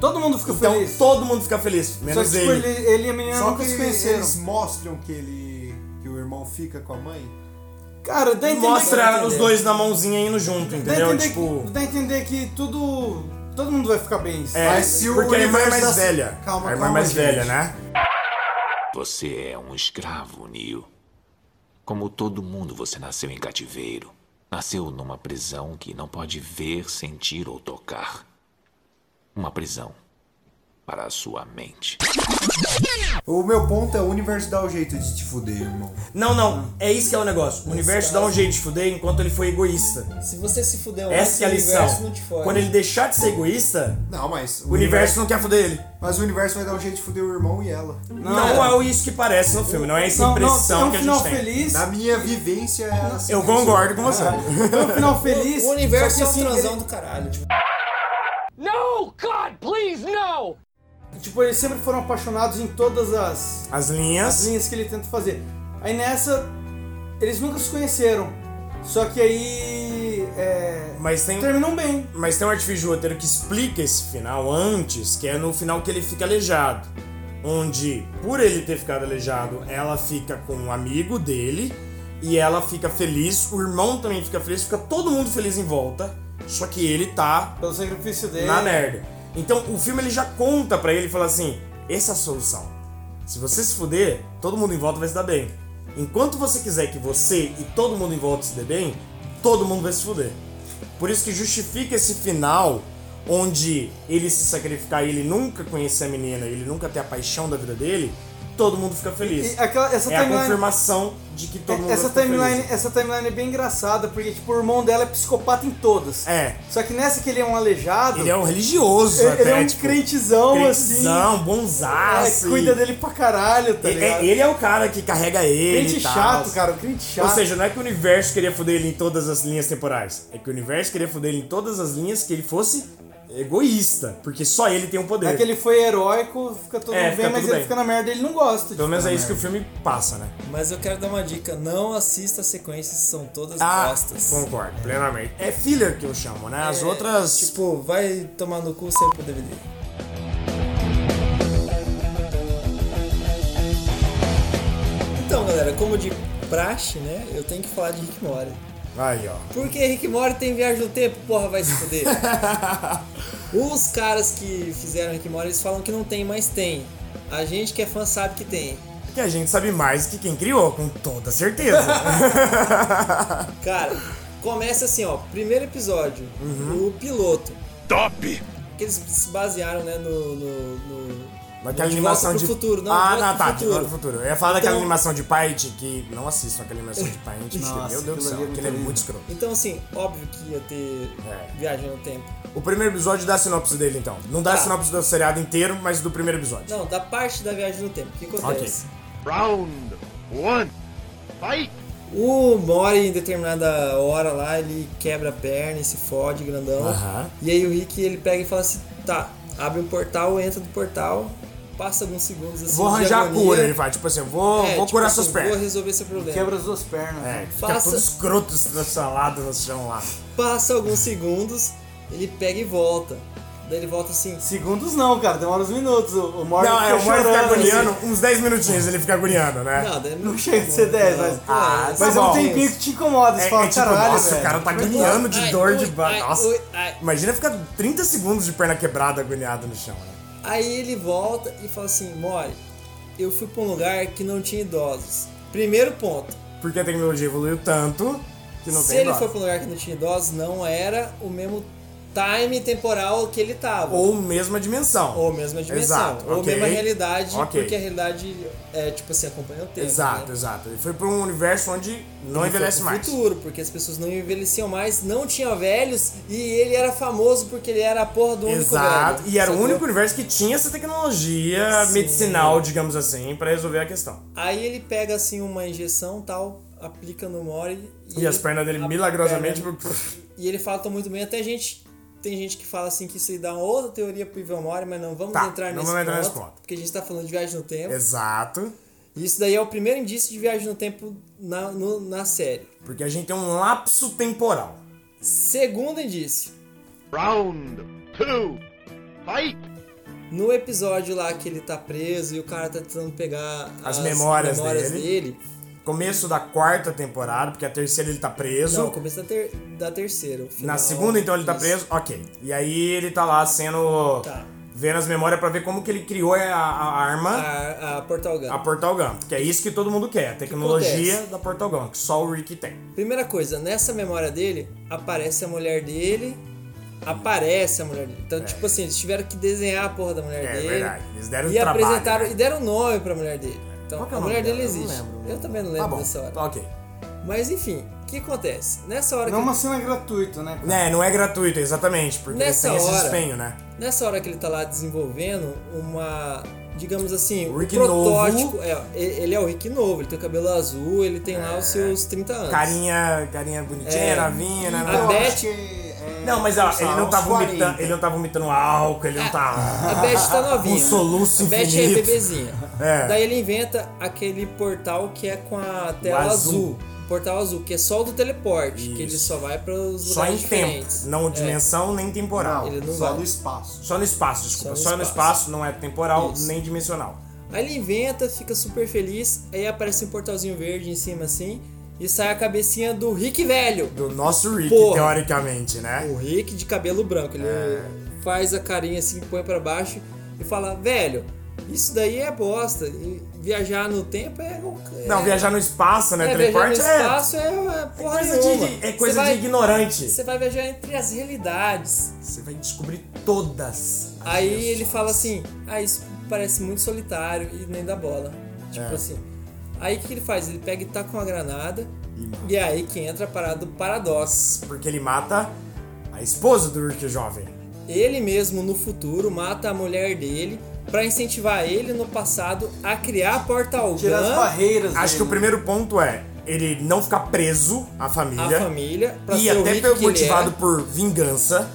Todo mundo fica
então,
feliz.
todo mundo fica feliz, menos
Só que, tipo,
ele.
ele, ele e a menina
Só
nunca
que
se conheceram.
eles mostram que ele. que o irmão fica com a mãe.
Cara, dá a entender
Mostra
que-
os dois na mãozinha indo junto,
Dá a
entendeu?
entender,
Tipo.
que, dá a entender que tudo. Todo mundo vai ficar bem.
É,
Mas se o
porque a irmã é
universo
mais
das-
velha.
Calma,
a irmã é
calma,
mais
gente.
velha, né?
Você é um escravo, Neil. Como todo mundo, você nasceu em cativeiro. Nasceu numa prisão que não pode ver, sentir ou tocar. Uma prisão para a sua mente.
O meu ponto é o universo dá o jeito de te fuder, irmão.
Não, não. É isso que é o negócio. O universo dá um jeito de fuder enquanto ele foi egoísta.
Se você se fudeu antes,
Essa é a
o universo
lição.
não te fode.
Quando ele deixar de ser egoísta,
Não, mas.
o universo não quer foder ele.
Mas o universo vai dar um jeito de fuder o irmão e ela.
Não, é isso que parece no filme, não é essa
Não, não,
impressão
é um
que a
final
gente tem.
feliz.
Na minha vivência é assim.
Eu concordo com você.
É um final feliz.
O universo
só que,
é um
assim,
transão
ele-
do caralho. Tipo,
No, God, please, no!
Tipo, eles sempre foram apaixonados em todas as,
As linhas.
as linhas que ele tenta fazer. Aí nessa, eles nunca se conheceram. Só que aí. É,
Mas tem, um
terminam bem.
mas tem um artifício de roteiro que explica esse final antes, que é no final que ele fica aleijado. Onde, por ele ter ficado aleijado, ela fica com um amigo dele e ela fica feliz, o irmão também fica feliz, fica todo mundo feliz em volta. Só que ele tá
Pelo sacrifício dele.
na merda. Então o filme ele já conta pra ele e fala assim: essa é a solução. Se você se fuder, todo mundo em volta vai se dar bem. Enquanto você quiser que você e todo mundo em volta se dê bem, todo mundo vai se fuder. Por isso que justifica esse final onde ele se sacrificar e ele nunca conhecer a menina, ele nunca ter a paixão da vida dele, todo mundo fica feliz.
E aquela- essa
é a
timeline- É,
confirmação de que todo mundo
Essa
vai ficar
timeline,
feliz.
essa timeline é bem engraçada, porque tipo, o irmão dela é psicopata em todas.
É.
Só que nessa que ele é um aleijado.
Ele é um religioso,
ele,
até,
ele é um
tipo,
crentezão, assim.
crentezão, bonzaço.
É,
e-
cuida dele pra caralho, tá
Ele
ligado?
Ah, é, ele é o cara que carrega ele.
crente
e tal.
chato, cara, um crente chato.
Ou seja, não é que o universo queria foder ele em todas as linhas temporais. É que o universo queria foder ele em todas as linhas que ele fosse egoísta. Porque só ele tem o poder.
é que ele foi heróico, fica todo
É,
mundo
fica
bem, mas
tudo
ele
bem.
fica na merda, ele não gosta. de
Pelo menos
ficar
é
na
isso que
merda.
o filme passa, né?
Mas eu quero dar uma dica: não assista as sequências, são todas
Ah,
bostas.
concordo, plenamente. É filler que eu chamo, né? As
Ah, É,
outras.
Tipo, vai tomar no cu sempre pro DVD. Então, galera, como de praxe, né? Eu tenho que falar de Rick Mori.
Aí, ó.
Porque Rick Mori tem viagem no tempo, porra, vai se fuder. Os caras que fizeram Rick Mori, eles falam que não tem, mas tem. A gente que é fã sabe que tem.
Que a gente sabe mais que quem criou, com toda certeza.
Cara, começa assim, ó. Primeiro episódio,
Uhum.
o piloto.
Top!
que eles se basearam, né, no. no, no
Naquela
no De
animação
Volta
de.
pro futuro, não.
ah, não,
de volta
tá,
pro
de volta pro
futuro.
futuro. Eu ia falar daquela
Então-
animação de Paint, que não assisto aquela animação de Paint, porque,
Nossa,
meu Deus do
aquilo
céu,
ali é
aquele é
muito
muito escroto.
Então, assim, óbvio que ia ter
É.
viagem no tempo.
O primeiro episódio dá a sinopse dele, então. Não dá a
Tá.
sinopse do seriado inteiro, mas do primeiro episódio.
Não, da parte da viagem no tempo. O que acontece?
Round one. Fight!
O Mori, em determinada hora lá, ele quebra a perna e se fode grandão.
Aham.
E aí o Rick, ele pega e fala assim, tá, abre um portal, entra no portal, passa alguns segundos assim.
Vou
de
arranjar a
agonia.
cura, ele fala. Tipo assim, vou,
É,
vou
tipo
curar
assim,
suas pernas.
Vou resolver seu problema.
Quebra as duas pernas.
É, fica
Faça-
todo escroto estraçalado no chão lá.
Passa alguns segundos, ele pega e volta. Daí ele volta assim,
Segundos não, cara, demora uns minutos. O o Morgan
Não, é, o Mario fica
chorando,
agoniando,
assim.
uns 10 minutinhos ele fica agoniando, né?
Não, daí
Não chega de ser 10, mas.
Ah,
mas
bom.
é um tempinho que te incomoda. Você
É,
fala,
é tipo,
caralho,
nossa,
velho.
o cara tá
Mas-
agoniando de
Ai,
dor
ui,
de ba-
ai,
Nossa.
ui, ai.
Imagina ficar 30 segundos de perna quebrada agoniado no chão, né?
Aí ele volta e fala assim: Mori, eu fui pra um lugar que não tinha idosos. Primeiro ponto:
Porque a tecnologia evoluiu tanto que não
se
tem
ele
dó.
foi pra um lugar que não tinha idosos, não era o mesmo time temporal que ele tava.
Ou mesma dimensão.
Ou mesma dimensão.
Exato,
ou
ok.
mesma realidade,
Ok.
porque a realidade é tipo assim, acompanha o tempo.
Exato,
né?
exato. Ele foi pra um universo onde não
Ele
envelhece
foi pro
mais.
futuro, porque as pessoas não envelheciam mais, não tinha velhos, e ele era famoso porque ele era a porra do único
Exato.
velho.
e era o
sacou?
único universo que tinha essa tecnologia
Sim.
medicinal, digamos assim, pra resolver a questão.
Aí ele pega assim uma injeção tal, a aplica no Mori.
E as pernas dele milagrosamente-
e ele fala tão muito bem, até gente. Tem gente que fala assim que isso aí dá uma outra teoria pro Ivan Mori, mas não vamos
Tá,
entrar,
não
nesse,
vamos entrar
ponto,
nesse ponto.
Porque a gente tá falando de viagem no tempo.
Exato.
E isso daí é o primeiro indício de viagem no tempo na, no- na série.
Porque a gente tem um lapso temporal.
Segundo indício.
Round 2. Fight!
No episódio lá que ele tá preso e o cara tá tentando pegar
As, memórias, dele.
dele.
Começo da quarta temporada, porque a terceira ele tá preso.
Não, começo da, ter, da terceira. o final-
Na segunda, então, ele tá
Isso. Tá.
preso? Ok. E aí ele tá lá sendo. Vendo as memórias pra ver como que ele criou a, a arma.
A, Portal Gun.
A Portal Gun. Que é isso que todo mundo quer. A tecnologia
acontece?
da Portal Gun, que só o Rick tem.
Primeira coisa, nessa memória dele, aparece a mulher dele. Aparece a mulher dele. Então, tipo assim, eles tiveram que desenhar a porra da mulher
É
dele.
verdade. Eles deram
e
trabalho, né? Tá
apresentaram e deram nome pra mulher dele. Então,
Qual que é
a
o nome
mulher dele
dela? Eu não
existe.
lembro.
Eu também não lembro
Tá bom,
dessa hora.
Ok.
Mas enfim, o que acontece? Nessa hora
Não é
que
uma cena gratuita, né? cara?
Né, não é gratuito, exatamente, porque
Nessa
tem
hora-
esse empenho, né?
Nessa hora que ele tá lá desenvolvendo uma, digamos assim, um
Rick
protótipo. É, ele ele é o Rick novo, ele tem o cabelo azul, ele tem lá os seus 30 anos.
É. Carinha, carinha bonitinha,
É.
novinha, né?
A Beth,
é,
Não, mas ó,
sei
ele
lá,
não tá
uns 40.
vomitando, ele não tá vomitando álcool, ele não tá.
a Beth tá novinha.
Um soluço
a Beth
infinito.
é bebezinha.
É.
Daí ele inventa aquele portal que é com a tela
azul.
azul. Portal azul, que é só o do teleporte, que ele só vai para os
Só em
lugares
tempo,
diferentes.
não
É.
dimensão nem temporal.
Não, Ele não só vai. no espaço.
Só no espaço, desculpa.
Só
Só
no
no,
espaço.
espaço. não é temporal
Isso.
nem dimensional.
Aí ele inventa, fica super feliz, aí aparece um portalzinho verde em cima assim, e sai a cabecinha do Rick velho.
Do nosso Rick,
Porra.
teoricamente, né?
O Rick de cabelo branco, ele
É.
faz a carinha assim, põe pra baixo e fala: "Velho, isso daí é bosta. e viajar no tempo é
Não,
é-
viajar no espaço, né?
é, viajar no
Teleporte é.
espaço é, é porra
coisa de-
nenhuma.
é
Você
coisa de ignorante.
Você vai viajar entre as realidades.
Você vai descobrir todas. as
Aí
versões.
ele fala assim: Ah, isso parece muito solitário e nem dá bola. Tipo
É.
assim. Aí o que ele faz? Ele pega e taca uma granada. E, é aí que entra a parada do paradoxo.
Porque ele mata a esposa do Rick jovem.
Ele mesmo no futuro mata a mulher dele pra incentivar ele no passado a criar a Portal Gun.
Acho que o primeiro ponto é ele não ficar preso à família.
A família, pra
e
ser o
até
Rick que ele
motivado
é.
por vingança,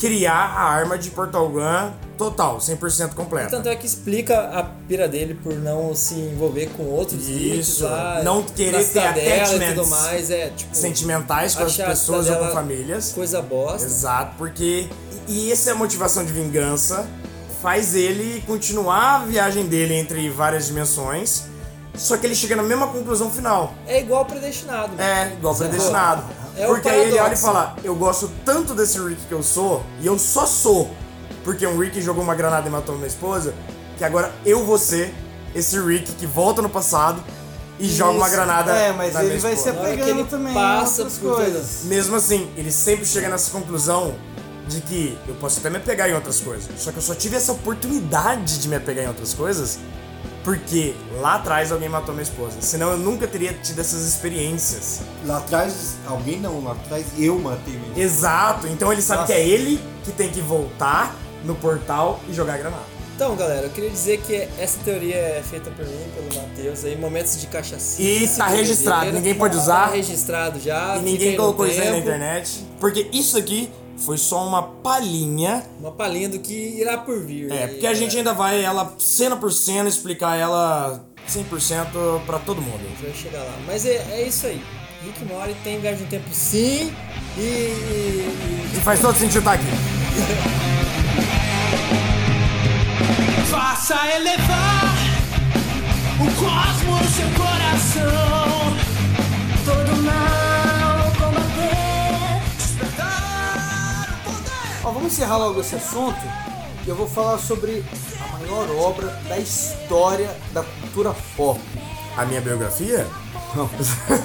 criar a arma de Portal Gun total, 100% completa.
Tanto é que explica a pira dele por não se envolver com outros Ricks
Isso,
lá,
não
na
querer ter
cidadela e tudo
attachments
mais, é tipo
sentimentais com as
achar a
pessoas ou com
cidadela
famílias.
Coisa bosta.
Exato, porque. E e essa é a motivação de vingança faz ele continuar a viagem dele entre várias dimensões. Só que ele chega na mesma conclusão final.
É igual predestinado. mano.
É, igual
Sacou?
predestinado.
É o
porque aí ele olha e
paradoxo.
fala: Eu gosto tanto desse Rick que eu sou, e eu só sou porque um Rick jogou uma granada e matou minha esposa, que agora eu vou ser esse Rick que volta no passado e joga uma
Isso.
granada.
É, mas
na
ele
minha
vai se
esposa.
apegando Na hora que ele também a passa outras por coisas. todas.
Mesmo assim, ele sempre chega nessa conclusão de que eu posso até me apegar em outras coisas, só que eu só tive essa oportunidade de me apegar em outras coisas porque lá atrás alguém matou minha esposa. Senão eu nunca teria tido essas experiências.
Lá atrás, alguém não, lá atrás eu matei minha esposa.
Exato, então ele sabe
Nossa.
que é ele que tem que voltar no portal e jogar a granada.
Então, galera, eu queria dizer que essa teoria é feita por mim, pelo Matheus, aí, momentos de cachaça.
E tá registrado, ninguém pode usar.
Tá registrado já.
e
fica aí
ninguém
no
colocou isso aí na
tempo.
internet. Porque isso aqui foi só uma palhinha.
Uma palhinha do que irá por vir.
É, porque a gente ainda vai ela cena por cena explicar ela 100% pra todo mundo.
A gente vai chegar lá. Mas é, é isso aí. Rick Mori tem viagem no tempo sim e- e-
E faz todo sentido estar aqui.
Faça elevar o cosmo no seu coração. Todo mal combater.
Ó, vamos encerrar logo esse assunto e eu vou falar sobre a maior obra da história da cultura pop.
A minha biografia?
Não.
Você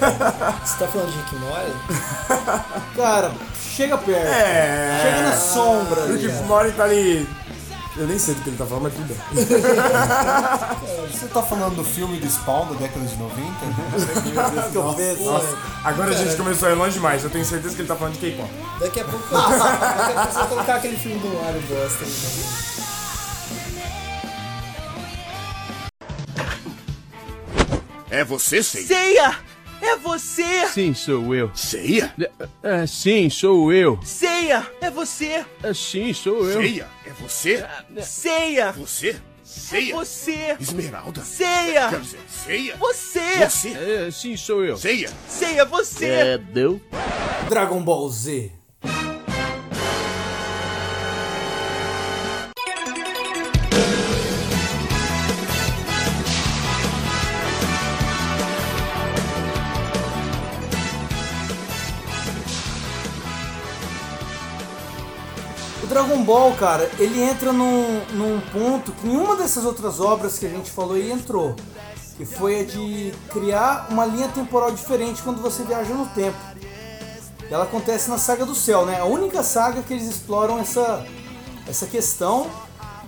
tá falando de Rick Mori?
Cara, chega perto.
É.
Chega na sombra.
O Rick
cara.
Mori tá ali. Eu nem sei do que ele tá falando, mas tudo bem.
Você tá falando do filme do Spawn da década de 90? né?
Que ofensa. Nossa, agora a gente começou a ir longe demais. Eu tenho certeza que ele tá falando de K-pop.
Daqui a pouco daqui a pouco você vai colocar aquele filme do Mario tá bosta. aí.
É você, Seiya?
Ceia! é você!
Sim, sou eu. Ceia? sim, sou eu.
Ceia, é você!
Ah, sim, sou eu.
Ceia? É você?
Ceia!
Você? Ceia?
É você!
Esmeralda?
Ceia!
Quer dizer, ceia?
Você!
Você?
É, sim, sou eu.
Ceia?
Ceia, você!
É, deu.
Dragon Ball Z. O Dragon Ball, cara, ele entra num, num ponto que nenhuma dessas outras obras que a gente falou aí entrou. Que foi a de criar uma linha temporal diferente quando você viaja no tempo. Ela acontece na Saga do Céu, né? A única saga que eles exploram essa, essa questão.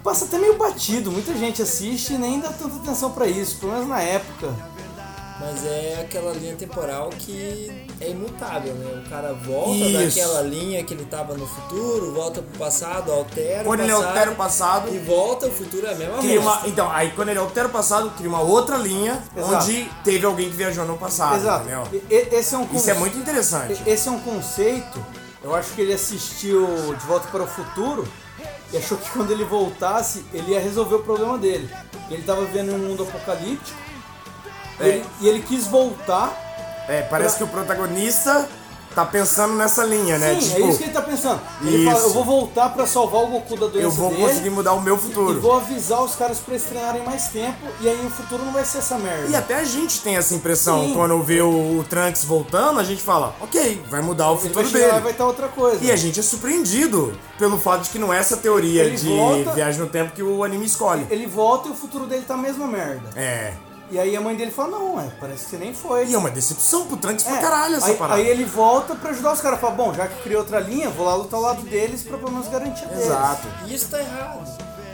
Passa até meio batido, muita gente assiste e nem dá tanta atenção pra isso, pelo menos na época.
Mas é aquela linha temporal que é imutável, né? O cara volta
Isso.
daquela linha que ele tava no futuro, volta pro passado, altera
Quando
tá
o
ele
passado.
altera o passado-
E volta, o futuro é a mesma
Cria
coisa.
uma- então, aí quando ele altera o passado, cria uma outra linha
Exato.
onde teve alguém que viajou no passado,
Exato.
Ah, entendeu?
E- e- Esse é um
Isso é muito interessante.
e- Esse é um conceito. Eu acho que ele assistiu De Volta para o Futuro e achou que quando ele voltasse, ele ia resolver o problema dele. Ele estava vivendo em um mundo apocalíptico
É.
e, ele, e ele quis voltar.
É, parece que o protagonista tá pensando nessa linha, né?
Sim,
Tipo,
é isso que ele tá pensando. Ele fala,
Isso.
eu vou voltar para salvar o Goku da doença
eu vou
dele
conseguir mudar o meu
e
futuro.
vou avisar os caras para eles treinarem mais tempo e aí o futuro não vai ser essa merda.
E é até a gente tem essa impressão.
Sim.
Quando vê o, o Trunks voltando, a gente fala, ok, vai mudar o
Ele vai
futuro
chegar lá e
dele.
vai estar outra coisa.
E a gente é surpreendido pelo fato de que não é essa teoria
Ele
de
volta-
viagem no tempo que o anime escolhe.
Ele volta e o futuro dele tá a mesma merda.
É.
E aí a mãe dele fala, não, é, parece que você nem foi.
E é uma decepção pro Trunks pra
É,
caralho essa
aí,
parada.
Aí ele volta pra ajudar os caras. Fala, bom, já que criou outra linha, vou lá lutar ao lado deles pra pelo menos garantir deles.
Exato.
E isso tá errado.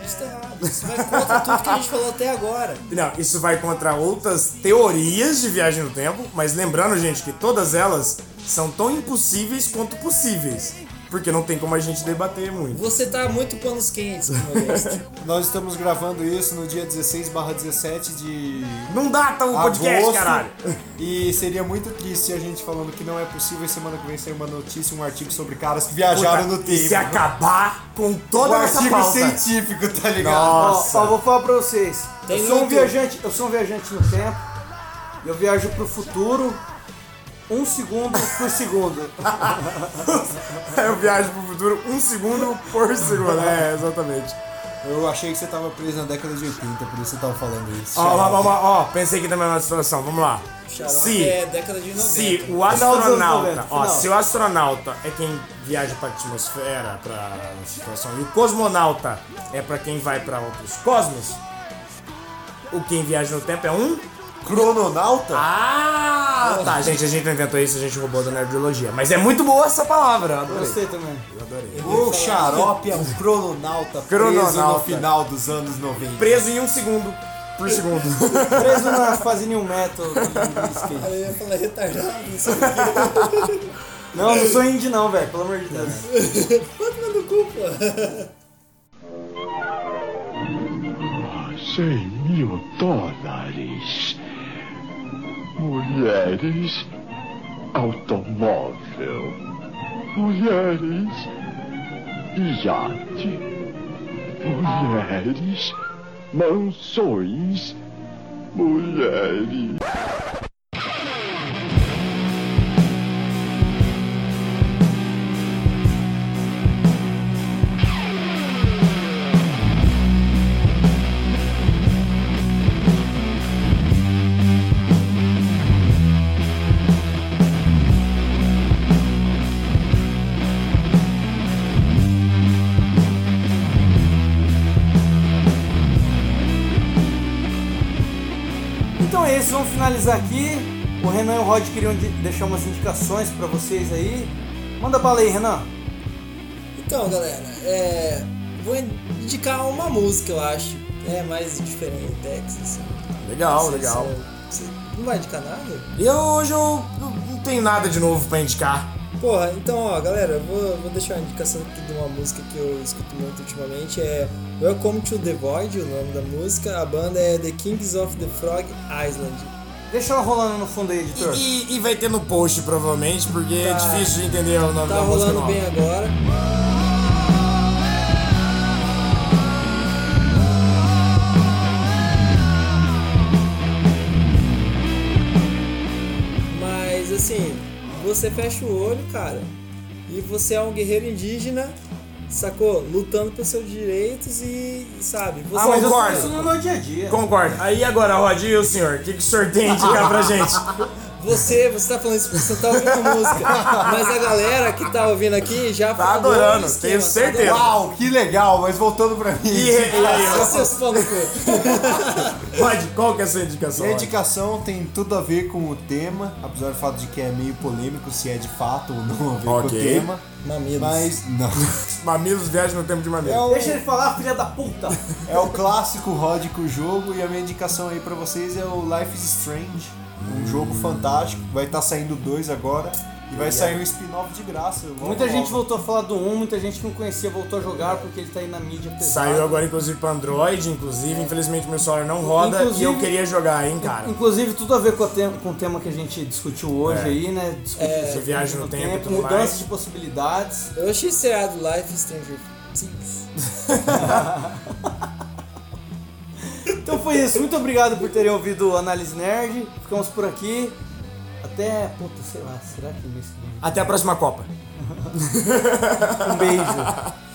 Isso tá errado. Isso vai contra tudo que a gente falou até agora.
Não, isso vai contra outras teorias de viagem no tempo, mas lembrando, gente, que todas elas são tão impossíveis quanto possíveis. Porque não tem como a gente debater muito.
Você tá muito panos quentes, Modesto.
Nós estamos gravando isso no dia 16 barra 17 de.
Não data o Um podcast,
agosto,
caralho.
E seria muito triste a gente falando que não é possível e semana que vem sair uma notícia, um artigo sobre caras que viajaram
Puta,
no
e
tempo.
se acabar com toda
o
essa
artigo
pauta.
científico, tá ligado?
Nossa.
Ó, ó, vou falar pra vocês.
Tem
eu sou um
muito.
viajante, eu sou um viajante no tempo. Eu viajo pro futuro um segundo por segundo.
É, Eu viajo pro futuro um segundo por segundo. É, exatamente.
Eu achei que você tava preso na década de 80, por isso você tava falando isso.
Ó, ó, ó, ó, ó, pensei aqui também na situação, vamos lá.
Xarope
Se,
é década de 90.
se o
Final dos anos 90,
astronauta, ó,
final.
se o astronauta é quem viaja pra atmosfera, pra situação, e o cosmonauta é pra quem vai pra outros cosmos, o quem viaja no tempo é um
crononauta?
Ah, tá, gente, a gente não inventou isso, a gente roubou da nerdiologia, mas é muito boa essa palavra, adorei.
Gostei também.
O xarope é um crononauta, preso no
Crononauta.
final dos anos 90.
Preso em um segundo por segundo.
Preso na fase New Metal.
Aí eu ia falar retardado, isso
Não, não sou indie não, velho, pelo amor de Deus.
Cem mil dólares. Mulheres. Automóvel. Mulheres. Iate. Mulheres. Mansões. Mulheres.
Então é isso, vamos finalizar aqui. O Renan e o Rod queriam de- deixar umas indicações pra vocês aí. Manda bala aí, Renan.
Então, galera, é, vou indicar uma música, eu acho. É mais diferente, Texas.
Legal,
Você-
legal.
Você você não vai indicar nada?
E eu- hoje eu eu não tenho nada de novo pra indicar.
Porra, então, ó, galera, eu vou, vou deixar uma indicação aqui de uma música que eu escuto muito ultimamente. É Welcome to the Void, o nome da música. A banda é The Kings of the Frog Island.
Deixa ela rolando no fundo aí, editor.
E, e vai ter no post, provavelmente, porque é difícil de entender o nome
Tá
da música.
rolando
nova.
bem agora. Mas assim, você fecha o olho, cara, e você é um guerreiro indígena, sacou? Lutando por seus direitos e, sabe? Você
Ah, mas concordo.
Isso não é meu dia a dia.
Concordo. Aí agora, Rod, e o senhor? O que, que o senhor tem a indicar pra gente?
Você, você tá falando isso porque você tá ouvindo música. Mas a galera que tá ouvindo aqui já tá
adorando, tenho certeza.
Uau, que legal, mas voltando pra mim.
E- e aí, ó.
seus pão no cu.
Rod, qual que é a sua indicação?
Minha
Rod?
indicação tem tudo a ver com o tema, apesar do fato de que é meio polêmico se é de fato ou não a ver com o
Ok.
tema.
Mamilos.
Mas não.
Mamilos viagem no tempo de mamilos.
É o,
Deixa ele falar, filha da puta.
é o clássico ródico jogo e a minha indicação aí pra vocês é o Life is Strange, um jogo fantástico. Vai estar saindo dois agora e vai sair um spin-off de graça. logo,
Muita gente
logo.
voltou a falar do 1, muita gente que não conhecia voltou a jogar porque ele tá aí na mídia pesada.
Saiu agora, inclusive, pra Android, inclusive. Infelizmente, meu celular não roda e eu
Inclusive-
queria jogar, hein, cara.
Inclusive, tudo a ver com, a tema- com o tema que a gente discutiu hoje
É.
aí, né? Discutiu
É,
sobre
viagem no tempo e tudo
mudança
mais.
de possibilidades.
Eu achei seriado Life is Stranger Things.
Então foi isso. Muito obrigado por terem ouvido o Análise Nerd. Ficamos por aqui. Até. é Puta, sei lá, será que mês que vem?
Até a próxima Copa.
Um beijo.